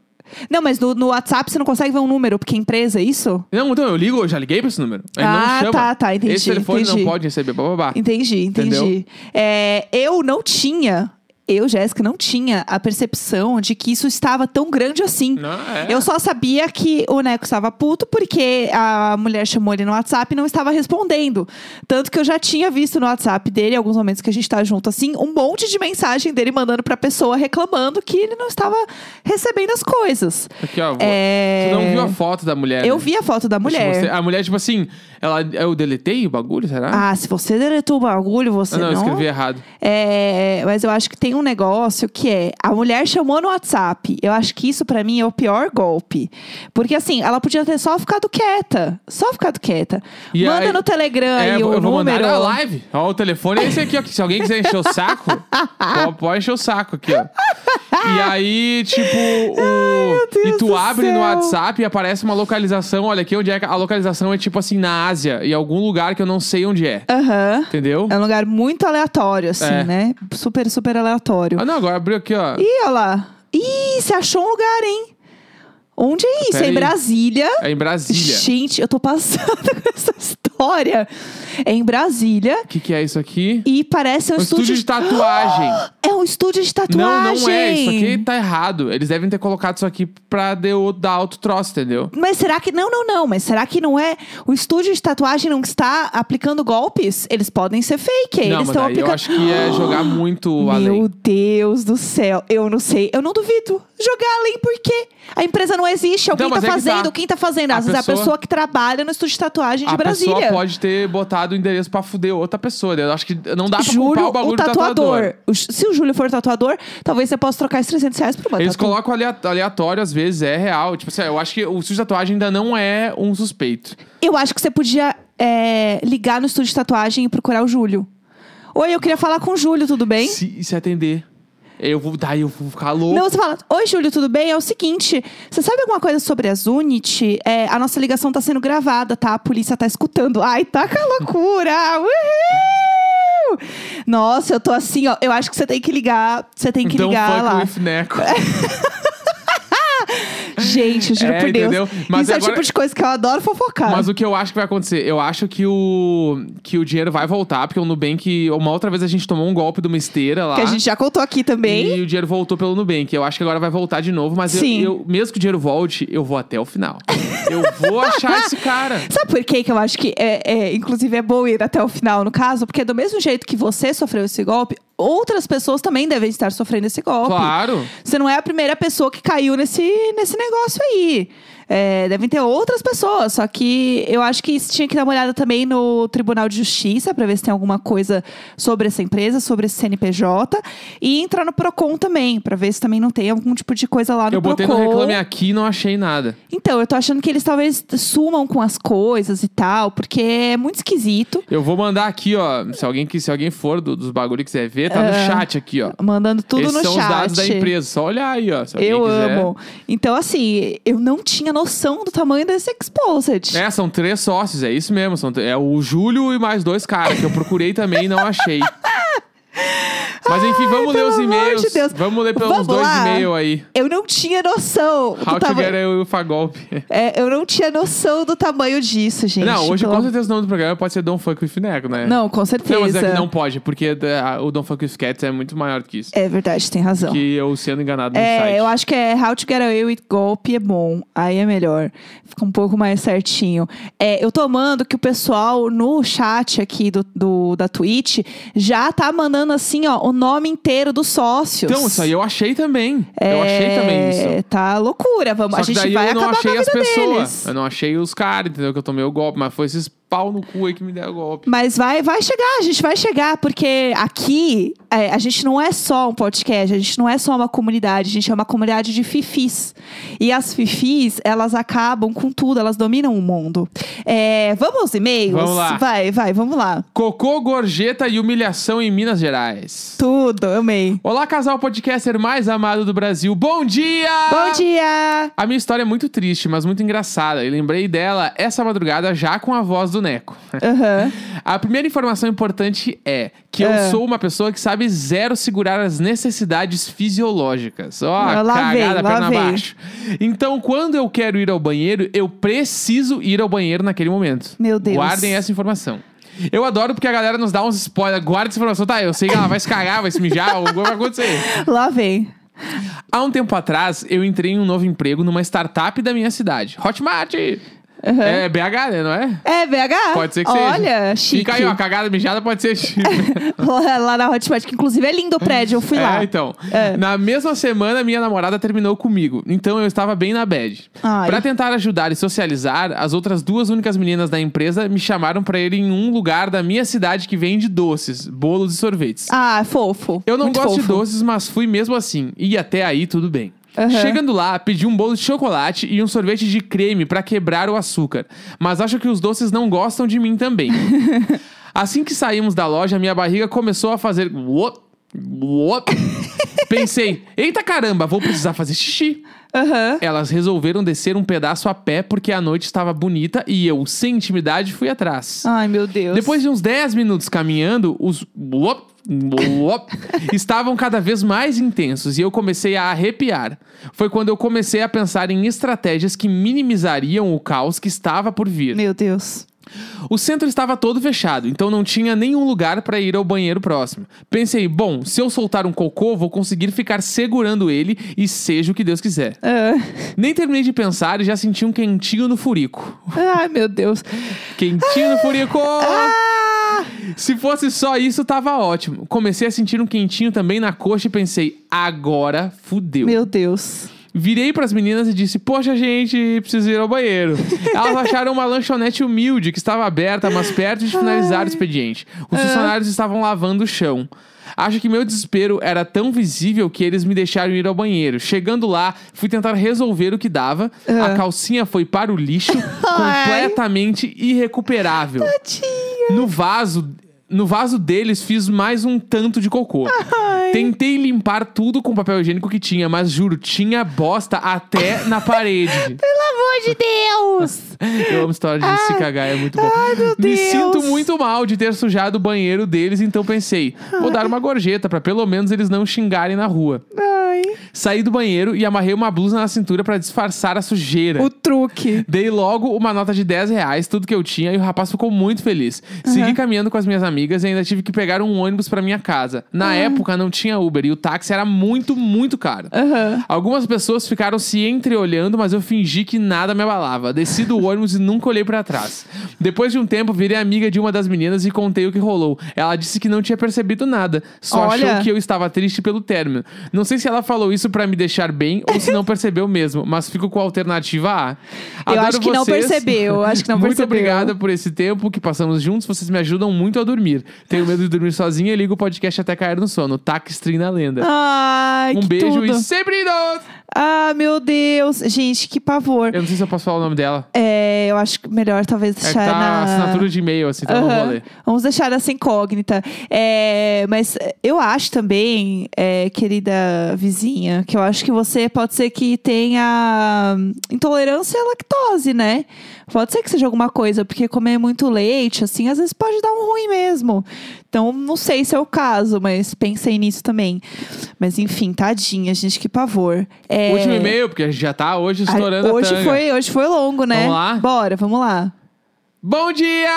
Speaker 2: Não, mas no, no WhatsApp você não consegue ver um número, porque é empresa, é isso?
Speaker 1: Não, então eu ligo, eu já liguei pra esse número. Ele não
Speaker 2: Ah,
Speaker 1: chama.
Speaker 2: tá, tá, entendi,
Speaker 1: Esse telefone não
Speaker 2: entendi.
Speaker 1: pode receber, bababá.
Speaker 2: Entendi,
Speaker 1: Entendeu?
Speaker 2: entendi. É, eu não tinha, eu, Jéssica, não tinha a percepção de que isso estava tão grande assim.
Speaker 1: Não, é.
Speaker 2: Eu só sabia que o Neco estava puto porque a mulher chamou ele no WhatsApp e não estava respondendo. Tanto que eu já tinha visto no WhatsApp dele, em alguns momentos que a gente tá junto assim, um monte de mensagem dele mandando pra pessoa reclamando que ele não estava recebendo as coisas.
Speaker 1: Aqui, ó. vou-
Speaker 2: É.
Speaker 1: Tu não viu a foto da mulher?
Speaker 2: Eu
Speaker 1: né?
Speaker 2: vi a foto da
Speaker 1: Deixa eu
Speaker 2: mulher.
Speaker 1: mostrar. A mulher, tipo assim, ela. Eu deletei o bagulho, será?
Speaker 2: Ah, se você deletou o bagulho, você
Speaker 1: Ah, não,
Speaker 2: não.
Speaker 1: eu escrevi errado.
Speaker 2: É, mas eu acho que tem um negócio que é a mulher chamou no WhatsApp. Eu acho que isso pra mim é o pior golpe, porque assim ela podia ter só ficado quieta, só ficado quieta.
Speaker 1: E
Speaker 2: Manda
Speaker 1: aí-
Speaker 2: no Telegram
Speaker 1: é,
Speaker 2: aí
Speaker 1: eu
Speaker 2: o
Speaker 1: vou mandar
Speaker 2: número.
Speaker 1: na live. Ó, o telefone é esse aqui, ó. que Se alguém quiser encher o
Speaker 2: [laughs]
Speaker 1: saco, pô, pode encher o saco aqui, ó. E aí, tipo,
Speaker 2: [laughs]
Speaker 1: o.
Speaker 2: Deus
Speaker 1: e tu
Speaker 2: do
Speaker 1: abre no
Speaker 2: céu.
Speaker 1: WhatsApp e aparece uma localização. Olha aqui onde é. que- A localização é tipo assim, na Ásia, em algum lugar que eu não sei onde é.
Speaker 2: Aham.
Speaker 1: Entendeu?
Speaker 2: É um lugar muito aleatório, assim,
Speaker 1: É.
Speaker 2: né? Super, super aleatório.
Speaker 1: Ah, não, agora abriu aqui, ó.
Speaker 2: Ih, olha lá. Ih, você achou um lugar, hein? Onde é isso?
Speaker 1: Pera
Speaker 2: É
Speaker 1: aí.
Speaker 2: em Brasília.
Speaker 1: É em Brasília.
Speaker 2: Gente, eu tô passada com [laughs] essa história. É em Brasília.
Speaker 1: O que, que é isso aqui?
Speaker 2: E parece um,
Speaker 1: Um estúdio de
Speaker 2: [gasps]
Speaker 1: tatuagem. [gasps]
Speaker 2: É um estúdio de
Speaker 1: Não,
Speaker 2: tatuagem.
Speaker 1: não é. Isso aqui tá errado. Eles devem ter colocado isso aqui pra deu- dar alto troço, entendeu?
Speaker 2: Mas será que. Não, não, não. Mas será que não é. O estúdio de tatuagem não está aplicando golpes? Eles podem ser fake.
Speaker 1: não,
Speaker 2: eles
Speaker 1: mas
Speaker 2: estão
Speaker 1: daí
Speaker 2: aplicando.
Speaker 1: eu acho que é jogar muito
Speaker 2: [gasps] Meu
Speaker 1: além.
Speaker 2: Deus do céu. Eu não sei. Eu não duvido. Jogar além por quê? A empresa não existe. Alguém
Speaker 1: Então,
Speaker 2: tá
Speaker 1: mas é que
Speaker 2: fazendo.
Speaker 1: tá.
Speaker 2: Quem tá fazendo?
Speaker 1: A
Speaker 2: Às vezes é
Speaker 1: pessoa-
Speaker 2: a pessoa que trabalha no estúdio de tatuagem de
Speaker 1: A
Speaker 2: Brasília.
Speaker 1: pessoa pode ter botado o endereço pra fuder outra pessoa. entendeu? Eu acho que não dá pra culpar
Speaker 2: Júlio,
Speaker 1: o bagulho
Speaker 2: o
Speaker 1: do tatuador.
Speaker 2: tatuador. O- Se o Júlio for tatuador, talvez você possa trocar esses 300 reais por uma
Speaker 1: Eles
Speaker 2: tatu.
Speaker 1: colocam alea- aleatório, às vezes, é real. Tipo assim, eu acho que o sujo de tatuagem ainda não é um suspeito.
Speaker 2: Eu acho que você podia é, ligar no estúdio de tatuagem e procurar o Júlio. Oi, eu queria falar com o Júlio, tudo bem?
Speaker 1: Se, se atender. Eu vou, daí eu vou ficar louco.
Speaker 2: Não, você fala, oi Júlio, tudo bem? É o seguinte, você sabe alguma coisa sobre as Unity? É, a nossa ligação tá sendo gravada, tá? A polícia tá escutando. Ai, tá com a loucura! Uhul! Nossa, eu tô assim, ó. Eu acho que você tem que ligar. Você tem que
Speaker 1: então,
Speaker 2: ligar
Speaker 1: fuck
Speaker 2: lá.
Speaker 1: with Neco.
Speaker 2: Gente, eu juro
Speaker 1: É,
Speaker 2: por Deus.
Speaker 1: entendeu? Mas
Speaker 2: Isso é o
Speaker 1: agora-
Speaker 2: tipo de coisa que eu adoro fofocar.
Speaker 1: Mas o que eu acho que vai acontecer? Eu acho que o, que o dinheiro vai voltar, porque o Nubank, uma outra vez a gente tomou um golpe de uma esteira lá.
Speaker 2: Que a gente já contou aqui também.
Speaker 1: E o dinheiro voltou pelo Nubank. Eu acho que agora vai voltar de novo, mas eu-
Speaker 2: Sim.
Speaker 1: eu, mesmo que o dinheiro volte, eu vou até o
Speaker 2: [laughs]
Speaker 1: final. eu vou achar esse cara.
Speaker 2: Sabe por que que eu acho que, é, é, inclusive, é bom ir até o final no caso? Porque do mesmo jeito que você sofreu esse golpe, outras pessoas também devem estar sofrendo esse golpe.
Speaker 1: Claro.
Speaker 2: Você não é a primeira pessoa que caiu nesse, nesse negócio aí. É, devem ter outras pessoas, só que eu acho que isso tinha que dar uma olhada também no Tribunal de Justiça para ver se tem alguma coisa sobre essa empresa, sobre esse CNPJ. E entrar no PROCON também, para ver se também não tem algum tipo de coisa lá no
Speaker 1: eu botei
Speaker 2: PROCON.
Speaker 1: no reclame aqui e não achei nada.
Speaker 2: Então, eu tô achando que eles talvez sumam com as coisas e tal, porque é muito esquisito.
Speaker 1: Eu vou mandar aqui, ó. Se alguém, que- se alguém for do- dos bagulho e quiser ver, tá no chat aqui, ó.
Speaker 2: Mandando Ah. tudo
Speaker 1: Esses
Speaker 2: no
Speaker 1: são
Speaker 2: chat.
Speaker 1: os dados da empresa. Só olhar aí, ó. se alguém
Speaker 2: Eu
Speaker 1: quiser.
Speaker 2: amo. Então, assim, eu não tinha noção do tamanho desse Exposed.
Speaker 1: É, são três sócios, é isso mesmo. São, tr- é o Júlio e mais dois caras, que eu procurei também e não
Speaker 2: [laughs]
Speaker 1: achei. Mas enfim, vamos ler
Speaker 2: pelo
Speaker 1: os
Speaker 2: amor
Speaker 1: e-mails.
Speaker 2: de Deus.
Speaker 1: Vamos ler pelos
Speaker 2: Vamos
Speaker 1: dois
Speaker 2: lá?
Speaker 1: e-mails aí.
Speaker 2: Eu não tinha noção. do
Speaker 1: How to
Speaker 2: tamanho-
Speaker 1: get away with a golpe.
Speaker 2: É, eu não tinha noção do tamanho disso, gente.
Speaker 1: não, hoje
Speaker 2: Pelo
Speaker 1: com
Speaker 2: amor-
Speaker 1: certeza o nome do programa pode ser Don't Fuck with Neco, né?
Speaker 2: Não, com
Speaker 1: Não,
Speaker 2: certeza.
Speaker 1: mas é que não pode, porque da- o Don't Fuck with Cats é muito maior do que isso.
Speaker 2: É verdade, tem razão.
Speaker 1: Que eu sendo enganado no site.
Speaker 2: É, eu acho que é How to Get Away with Golpe é bom. Aí é melhor. Fica um pouco mais certinho. É, eu tô amando que o pessoal no chat aqui do, do- da Twitch já tá mandando assim, ó, o nome inteiro dos sócios.
Speaker 1: Então, isso aí eu achei também. Eu achei
Speaker 2: É,
Speaker 1: também isso.
Speaker 2: Tá loucura, vamos.
Speaker 1: Só
Speaker 2: a
Speaker 1: que
Speaker 2: gente
Speaker 1: daí
Speaker 2: vai
Speaker 1: eu não
Speaker 2: acabar
Speaker 1: achei
Speaker 2: com a
Speaker 1: as
Speaker 2: vida
Speaker 1: pessoas.
Speaker 2: deles.
Speaker 1: Eu não achei os caras, entendeu? Que eu tomei o golpe, mas foi esses pau no cu aí que me deram o golpe.
Speaker 2: Mas vai, vai chegar, a gente vai chegar, porque aqui é, a gente não é só um podcast, a gente não é só uma comunidade, a gente é uma comunidade de fifis. E as fifis, elas acabam com tudo, elas dominam o mundo. É, vamos aos e-mails?
Speaker 1: Vamos lá.
Speaker 2: Vai, vai, vamos lá.
Speaker 1: Cocô, gorjeta e humilhação em Minas Gerais.
Speaker 2: Tudo, eu amei.
Speaker 1: Olá, casal podcaster mais amado do Brasil. Bom dia!
Speaker 2: Bom dia!
Speaker 1: A minha história é muito triste, mas muito engraçada. E lembrei dela essa madrugada já com a voz do Neco.
Speaker 2: Aham.
Speaker 1: A primeira informação importante é que
Speaker 2: É.
Speaker 1: eu sou uma pessoa que sabe zero segurar as necessidades fisiológicas. Ó,
Speaker 2: Ah, lá
Speaker 1: cagada,
Speaker 2: vem, lá
Speaker 1: perna
Speaker 2: vem.
Speaker 1: abaixo. Então, quando eu quero ir ao banheiro, eu preciso ir ao banheiro naquele momento.
Speaker 2: Meu Deus.
Speaker 1: Guardem essa informação. Eu adoro porque a galera nos dá uns spoilers. Guarda essa informação. Tá, eu sei que ela vai se cagar, vai se mijar, [laughs] alguma coisa vai acontecer.
Speaker 2: Lá vem.
Speaker 1: Há um tempo atrás, eu entrei em um novo emprego numa startup da minha cidade. Hotmart! É BH, né? Não é?
Speaker 2: É, BH?
Speaker 1: Pode ser que
Speaker 2: Olha,
Speaker 1: seja.
Speaker 2: Olha, chique.
Speaker 1: Fica aí, ó, cagada mijada pode ser chique.
Speaker 2: [laughs] lá, lá na Hotmart, que inclusive é lindo o prédio, eu fui lá.
Speaker 1: É, então.
Speaker 2: É.
Speaker 1: Na mesma semana, minha namorada terminou comigo. Então eu estava bem na bad.
Speaker 2: Ai.
Speaker 1: Pra tentar ajudar e socializar, as outras duas únicas meninas da empresa me chamaram pra ir em um lugar da minha cidade que vende doces, bolos e sorvetes.
Speaker 2: Ah, fofo.
Speaker 1: Eu não
Speaker 2: Muito
Speaker 1: gosto de
Speaker 2: fofo.
Speaker 1: doces, mas fui mesmo assim. E até aí tudo bem.
Speaker 2: Aham.
Speaker 1: Chegando lá, pedi um bolo de chocolate e um sorvete de creme pra quebrar o açúcar. Mas acho que os doces não gostam de mim
Speaker 2: [laughs]
Speaker 1: também. assim que saímos da loja, minha barriga começou a fazer. What? What? Pensei, eita caramba, vou precisar fazer xixi.
Speaker 2: Aham.
Speaker 1: Elas resolveram descer um pedaço a pé porque a noite estava bonita e eu, sem intimidade, fui atrás.
Speaker 2: Ai, meu Deus.
Speaker 1: Depois de uns 10 minutos caminhando, os blop,
Speaker 2: [laughs]
Speaker 1: blop, estavam cada vez mais intensos e eu comecei a arrepiar. Foi quando eu comecei a pensar em estratégias que minimizariam o caos que estava por vir.
Speaker 2: Meu Deus.
Speaker 1: O centro estava todo fechado, então não tinha nenhum lugar para ir ao banheiro próximo. Pensei, bom, se eu soltar um cocô, vou conseguir ficar segurando ele e seja o que Deus quiser.
Speaker 2: Ah.
Speaker 1: Nem terminei de pensar e já senti um quentinho no furico.
Speaker 2: Ai, meu Deus.
Speaker 1: Quentinho no furico!
Speaker 2: [laughs] Ah!
Speaker 1: Se fosse só isso, tava ótimo. Comecei a sentir um quentinho também na coxa e pensei, agora fudeu.
Speaker 2: Meu Deus.
Speaker 1: Virei pras meninas e disse, poxa, gente, preciso ir ao
Speaker 2: [laughs]
Speaker 1: banheiro. Elas acharam uma lanchonete humilde que estava aberta, mas perto de finalizar o expediente. Os funcionários estavam lavando o chão. Acho que meu desespero era tão visível que eles me deixaram ir ao banheiro. Chegando lá, fui tentar resolver o que dava. A calcinha foi para o lixo,
Speaker 2: [laughs] Ai.
Speaker 1: completamente irrecuperável. No vaso, no vaso deles fiz mais um tanto de cocô. Tentei limpar tudo com papel higiênico que tinha, mas juro, tinha bosta até na parede.
Speaker 2: Pelo amor de Deus!
Speaker 1: Eu amo história de se cagar, é muito bom.
Speaker 2: Ai, meu
Speaker 1: Me
Speaker 2: Deus.
Speaker 1: sinto muito mal de ter sujado o banheiro deles, então pensei, vou dar uma gorjeta pra pelo menos eles não xingarem na rua.
Speaker 2: Ai,
Speaker 1: Saí do banheiro e amarrei uma blusa na cintura pra disfarçar a sujeira.
Speaker 2: o truque.
Speaker 1: Dei logo uma nota de 10 reais, tudo que eu tinha, e o rapaz ficou muito feliz. Segui caminhando com as minhas amigas e ainda tive que pegar um ônibus pra minha casa. Na época não tinha Uber e o táxi era muito, muito caro.
Speaker 2: Aham.
Speaker 1: Algumas pessoas ficaram se entreolhando, mas eu fingi que nada me abalava. Desci do ônibus e nunca olhei pra trás. Depois de um tempo, virei amiga de uma das meninas e contei o que rolou. Ela disse que não tinha percebido nada, só
Speaker 2: Olha.
Speaker 1: achou que eu estava triste pelo término. Não sei se ela falou isso pra me deixar bem ou se não percebeu mesmo, mas fico com a alternativa A.
Speaker 2: Eu
Speaker 1: Adoro
Speaker 2: acho que não
Speaker 1: vocês.
Speaker 2: percebeu, eu acho que não
Speaker 1: muito
Speaker 2: percebeu.
Speaker 1: obrigada por esse tempo que passamos juntos. Vocês me ajudam muito a dormir. Tenho medo de dormir sozinha e ligo o podcast até cair no sono. Taxtrin na lenda.
Speaker 2: Ai,
Speaker 1: um
Speaker 2: que
Speaker 1: beijo
Speaker 2: tudo.
Speaker 1: e sempre nós!
Speaker 2: Ah, meu Deus. Gente, que pavor.
Speaker 1: Eu não sei se eu posso falar o nome dela.
Speaker 2: É, eu acho que melhor talvez
Speaker 1: É que
Speaker 2: deixar
Speaker 1: tá
Speaker 2: na...
Speaker 1: assinatura de e-mail, assim, tá
Speaker 2: Aham.
Speaker 1: no rolê.
Speaker 2: Vamos deixar essa incógnita. É, mas eu acho também, é, querida vizinha, que eu acho que você pode ser que tenha hum, intolerância à lactose, né? Pode ser que seja alguma coisa, porque comer muito leite, assim, às vezes pode dar um ruim mesmo. Então, não sei se é o caso, mas pensei nisso também. Mas enfim, tadinha, gente, que pavor. É,
Speaker 1: Último e-mail, porque a gente já tá hoje
Speaker 2: a-
Speaker 1: estourando a
Speaker 2: hoje
Speaker 1: tanga.
Speaker 2: foi, hoje foi longo, né?
Speaker 1: Vamos lá?
Speaker 2: Bora, vamos lá.
Speaker 1: Bom dia!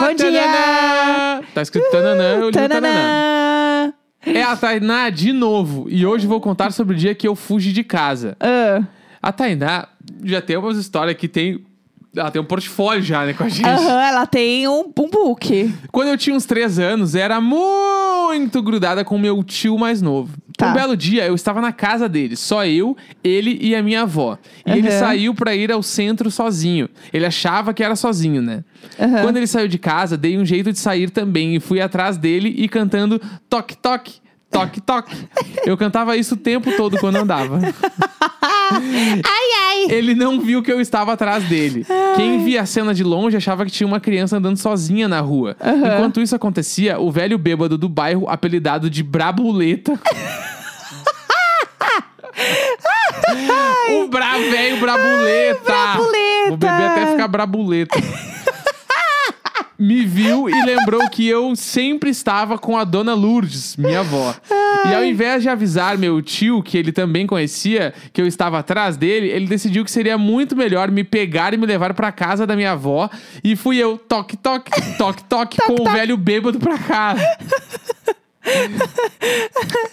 Speaker 2: Bom dia!
Speaker 1: Tananã! Tá escrito tananã, eu li o tananã.
Speaker 2: Tananã!
Speaker 1: É a Tainá de novo. E hoje vou contar sobre o dia que eu fugi de casa.
Speaker 2: Ah.
Speaker 1: A Tainá já tem umas histórias que tem... Ela tem um portfólio já, né, com a gente.
Speaker 2: Aham, ela tem um, um book.
Speaker 1: Quando eu tinha uns três anos, era muito grudada com meu tio mais novo.
Speaker 2: Tá.
Speaker 1: Um belo dia, eu estava na casa dele, só eu, ele e a minha avó. E ele
Speaker 2: Aham.
Speaker 1: saiu para ir ao centro sozinho. Ele achava que era sozinho, né?
Speaker 2: Aham.
Speaker 1: Quando ele saiu de casa, dei um jeito de sair também e fui atrás dele e cantando toque toque, toque toque. eu cantava isso o tempo todo quando andava.
Speaker 2: [laughs]
Speaker 1: Ele não viu que eu estava atrás dele. Quem via a cena de longe achava que tinha uma criança andando sozinha na rua.
Speaker 2: Aham.
Speaker 1: Enquanto isso acontecia, o velho bêbado do bairro, apelidado de Brabuleta. o bra velho Brabuleta.
Speaker 2: Brabuleta.
Speaker 1: Vou beber até ficar Brabuleta. [laughs] Me viu e lembrou que eu sempre estava com a dona Lourdes, minha avó. E ao invés de avisar meu tio, que ele também conhecia, que eu estava atrás dele, ele decidiu que seria muito melhor me pegar e me levar para casa da minha avó. E fui eu, toque, toque, toque, toque, com o velho bêbado pra casa.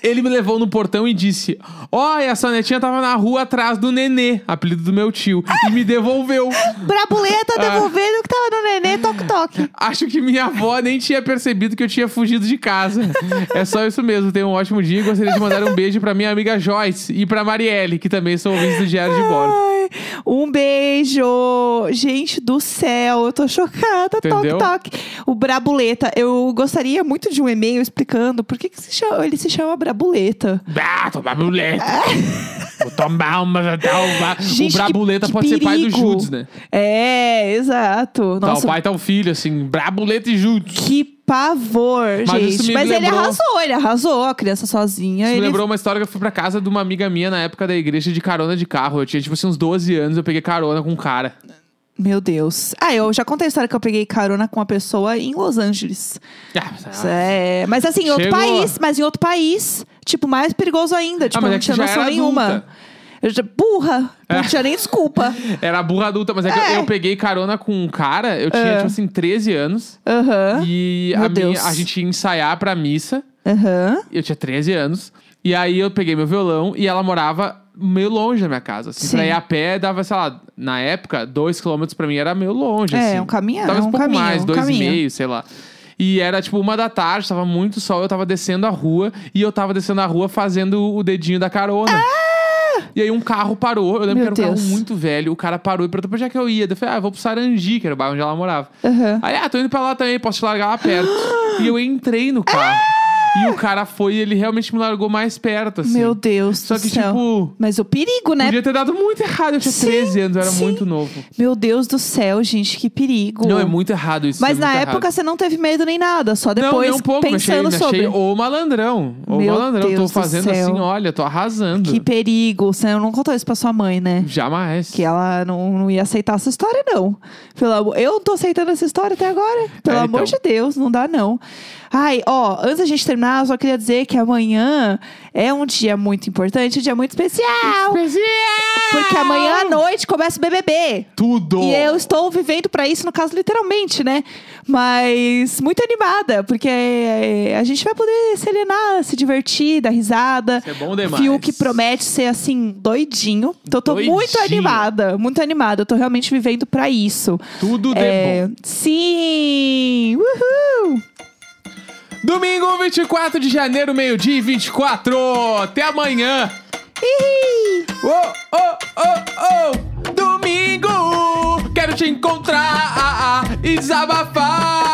Speaker 1: Ele me levou no portão e disse: Olha, a sua netinha tava na rua atrás do nenê, apelido do meu tio, e me devolveu.
Speaker 2: Brabuleta tá
Speaker 1: Ah.
Speaker 2: devolvendo o que tava no nenê, toque toque.
Speaker 1: Acho que minha avó nem tinha percebido que eu tinha fugido de casa. É só isso mesmo. Tenha um ótimo dia e gostaria de mandar um beijo pra minha amiga Joyce e pra Marielle, que também são ouvintes do Diário de Bordo.
Speaker 2: Ai, um beijo. Gente do céu, eu tô chocada.
Speaker 1: Entendeu?
Speaker 2: Toque toque. O Brabuleta, eu gostaria muito de um e-mail explicando por que, que se chama- ele se chama Brabuleta.
Speaker 1: Bah, tomar muleta. Vou tomar uma. Uma...
Speaker 2: Gente,
Speaker 1: o Brabuleta
Speaker 2: que- que
Speaker 1: pode ser pai do
Speaker 2: perigo.
Speaker 1: Judas, né?
Speaker 2: É, exato.
Speaker 1: Tá,
Speaker 2: Nossa,
Speaker 1: o pai tá o filho, assim, Brabuleta e Judas.
Speaker 2: que pavor,
Speaker 1: Mas isso
Speaker 2: gente.
Speaker 1: me
Speaker 2: Mas ele
Speaker 1: lembrou-
Speaker 2: arrasou, ele arrasou a criança sozinha.
Speaker 1: Isso
Speaker 2: ele
Speaker 1: me lembrou uma história que eu fui pra casa de uma amiga minha na época da igreja de carona de carro. Eu tinha, tipo assim, uns 12 anos, eu peguei carona com um cara.
Speaker 2: Meu Deus. Ah, eu já contei a história que eu peguei carona com uma pessoa em Los Angeles.
Speaker 1: Ah,
Speaker 2: Isso é, mas assim, em outro
Speaker 1: Chegou.
Speaker 2: país. Mas em outro país, tipo, mais perigoso ainda. Tipo,
Speaker 1: mas é
Speaker 2: eu não
Speaker 1: que
Speaker 2: tinha
Speaker 1: já
Speaker 2: noção
Speaker 1: era
Speaker 2: nenhuma.
Speaker 1: adulta. É.
Speaker 2: Eu já, burra, não tinha nem desculpa.
Speaker 1: Era burra adulta, mas é que
Speaker 2: É.
Speaker 1: Eu, eu peguei carona com um cara, eu tinha,
Speaker 2: É.
Speaker 1: tipo assim, 13 anos.
Speaker 2: Aham,
Speaker 1: E
Speaker 2: Meu
Speaker 1: a, minha-
Speaker 2: Deus.
Speaker 1: a gente ia ensaiar pra missa.
Speaker 2: aham.
Speaker 1: Eu tinha 13 anos. E aí eu peguei meu violão e ela morava meio longe da minha casa. Assim,
Speaker 2: Sim.
Speaker 1: pra ir a pé dava, sei lá, na época, dois quilômetros pra mim era meio longe.
Speaker 2: É,
Speaker 1: assim.
Speaker 2: um caminhão,
Speaker 1: Talvez
Speaker 2: um
Speaker 1: pouco
Speaker 2: caminho,
Speaker 1: mais,
Speaker 2: um
Speaker 1: dois
Speaker 2: caminho.
Speaker 1: e meio, sei lá. E era tipo uma da tarde, tava muito sol, eu tava descendo a rua e eu tava descendo a rua fazendo o dedinho da carona. E aí um carro parou, eu lembro
Speaker 2: Ah! Meu
Speaker 1: que era um
Speaker 2: Deus.
Speaker 1: carro muito velho, o cara parou e perguntou pra onde é que eu ia. Eu falei, ah, eu vou pro Sarandi, que era o bairro onde ela morava.
Speaker 2: Aham.
Speaker 1: Aí, ah, tô indo pra lá também, posso te largar lá perto. e eu entrei no carro. E o cara foi e ele realmente me largou mais perto, assim.
Speaker 2: Meu Deus
Speaker 1: Só
Speaker 2: do
Speaker 1: que,
Speaker 2: céu.
Speaker 1: tipo,
Speaker 2: Mas o perigo, né?
Speaker 1: Podia ter dado muito errado. Eu tinha
Speaker 2: Sim,
Speaker 1: 13 anos, eu era
Speaker 2: sim.
Speaker 1: muito novo.
Speaker 2: Meu Deus do céu, gente, que perigo.
Speaker 1: Não, é muito errado isso.
Speaker 2: Mas
Speaker 1: é
Speaker 2: na
Speaker 1: muito
Speaker 2: época
Speaker 1: errado.
Speaker 2: você não teve medo nem nada, só
Speaker 1: Não,
Speaker 2: depois
Speaker 1: nem um pouco,
Speaker 2: pensando
Speaker 1: achei,
Speaker 2: sobre.
Speaker 1: achei o malandrão. O
Speaker 2: Meu
Speaker 1: malandrão,
Speaker 2: Deus
Speaker 1: tô
Speaker 2: do
Speaker 1: fazendo
Speaker 2: céu.
Speaker 1: assim, olha, tô arrasando.
Speaker 2: Que perigo. Você não contou isso pra sua mãe, né?
Speaker 1: Jamais.
Speaker 2: Que ela não, não ia aceitar essa história, não. Pelo amor... Eu não tô aceitando essa história até agora. Pelo
Speaker 1: É,
Speaker 2: amor de
Speaker 1: então.
Speaker 2: Deus, não dá, não. Ai, ó, antes da gente terminar, eu só queria dizer que amanhã é um dia muito importante, um dia muito especial. Porque amanhã à noite começa o BBB.
Speaker 1: Tudo!
Speaker 2: E eu estou vivendo pra isso, no caso, literalmente, né? Mas muito animada, porque é, a gente vai poder serenar, se divertir, dar risada.
Speaker 1: Isso é bom demais.
Speaker 2: Fiuk promete ser assim, doidinho. Então eu tô
Speaker 1: Doidinho.
Speaker 2: muito animada, muito animada. Eu tô realmente vivendo pra isso.
Speaker 1: Tudo de bom.
Speaker 2: É, sim! Uhul!
Speaker 1: Domingo, 24 de janeiro, meio-dia e 24. Até amanhã.
Speaker 2: Ih!
Speaker 1: Oh, oh, oh, oh. Domingo, quero te encontrar e desabafar.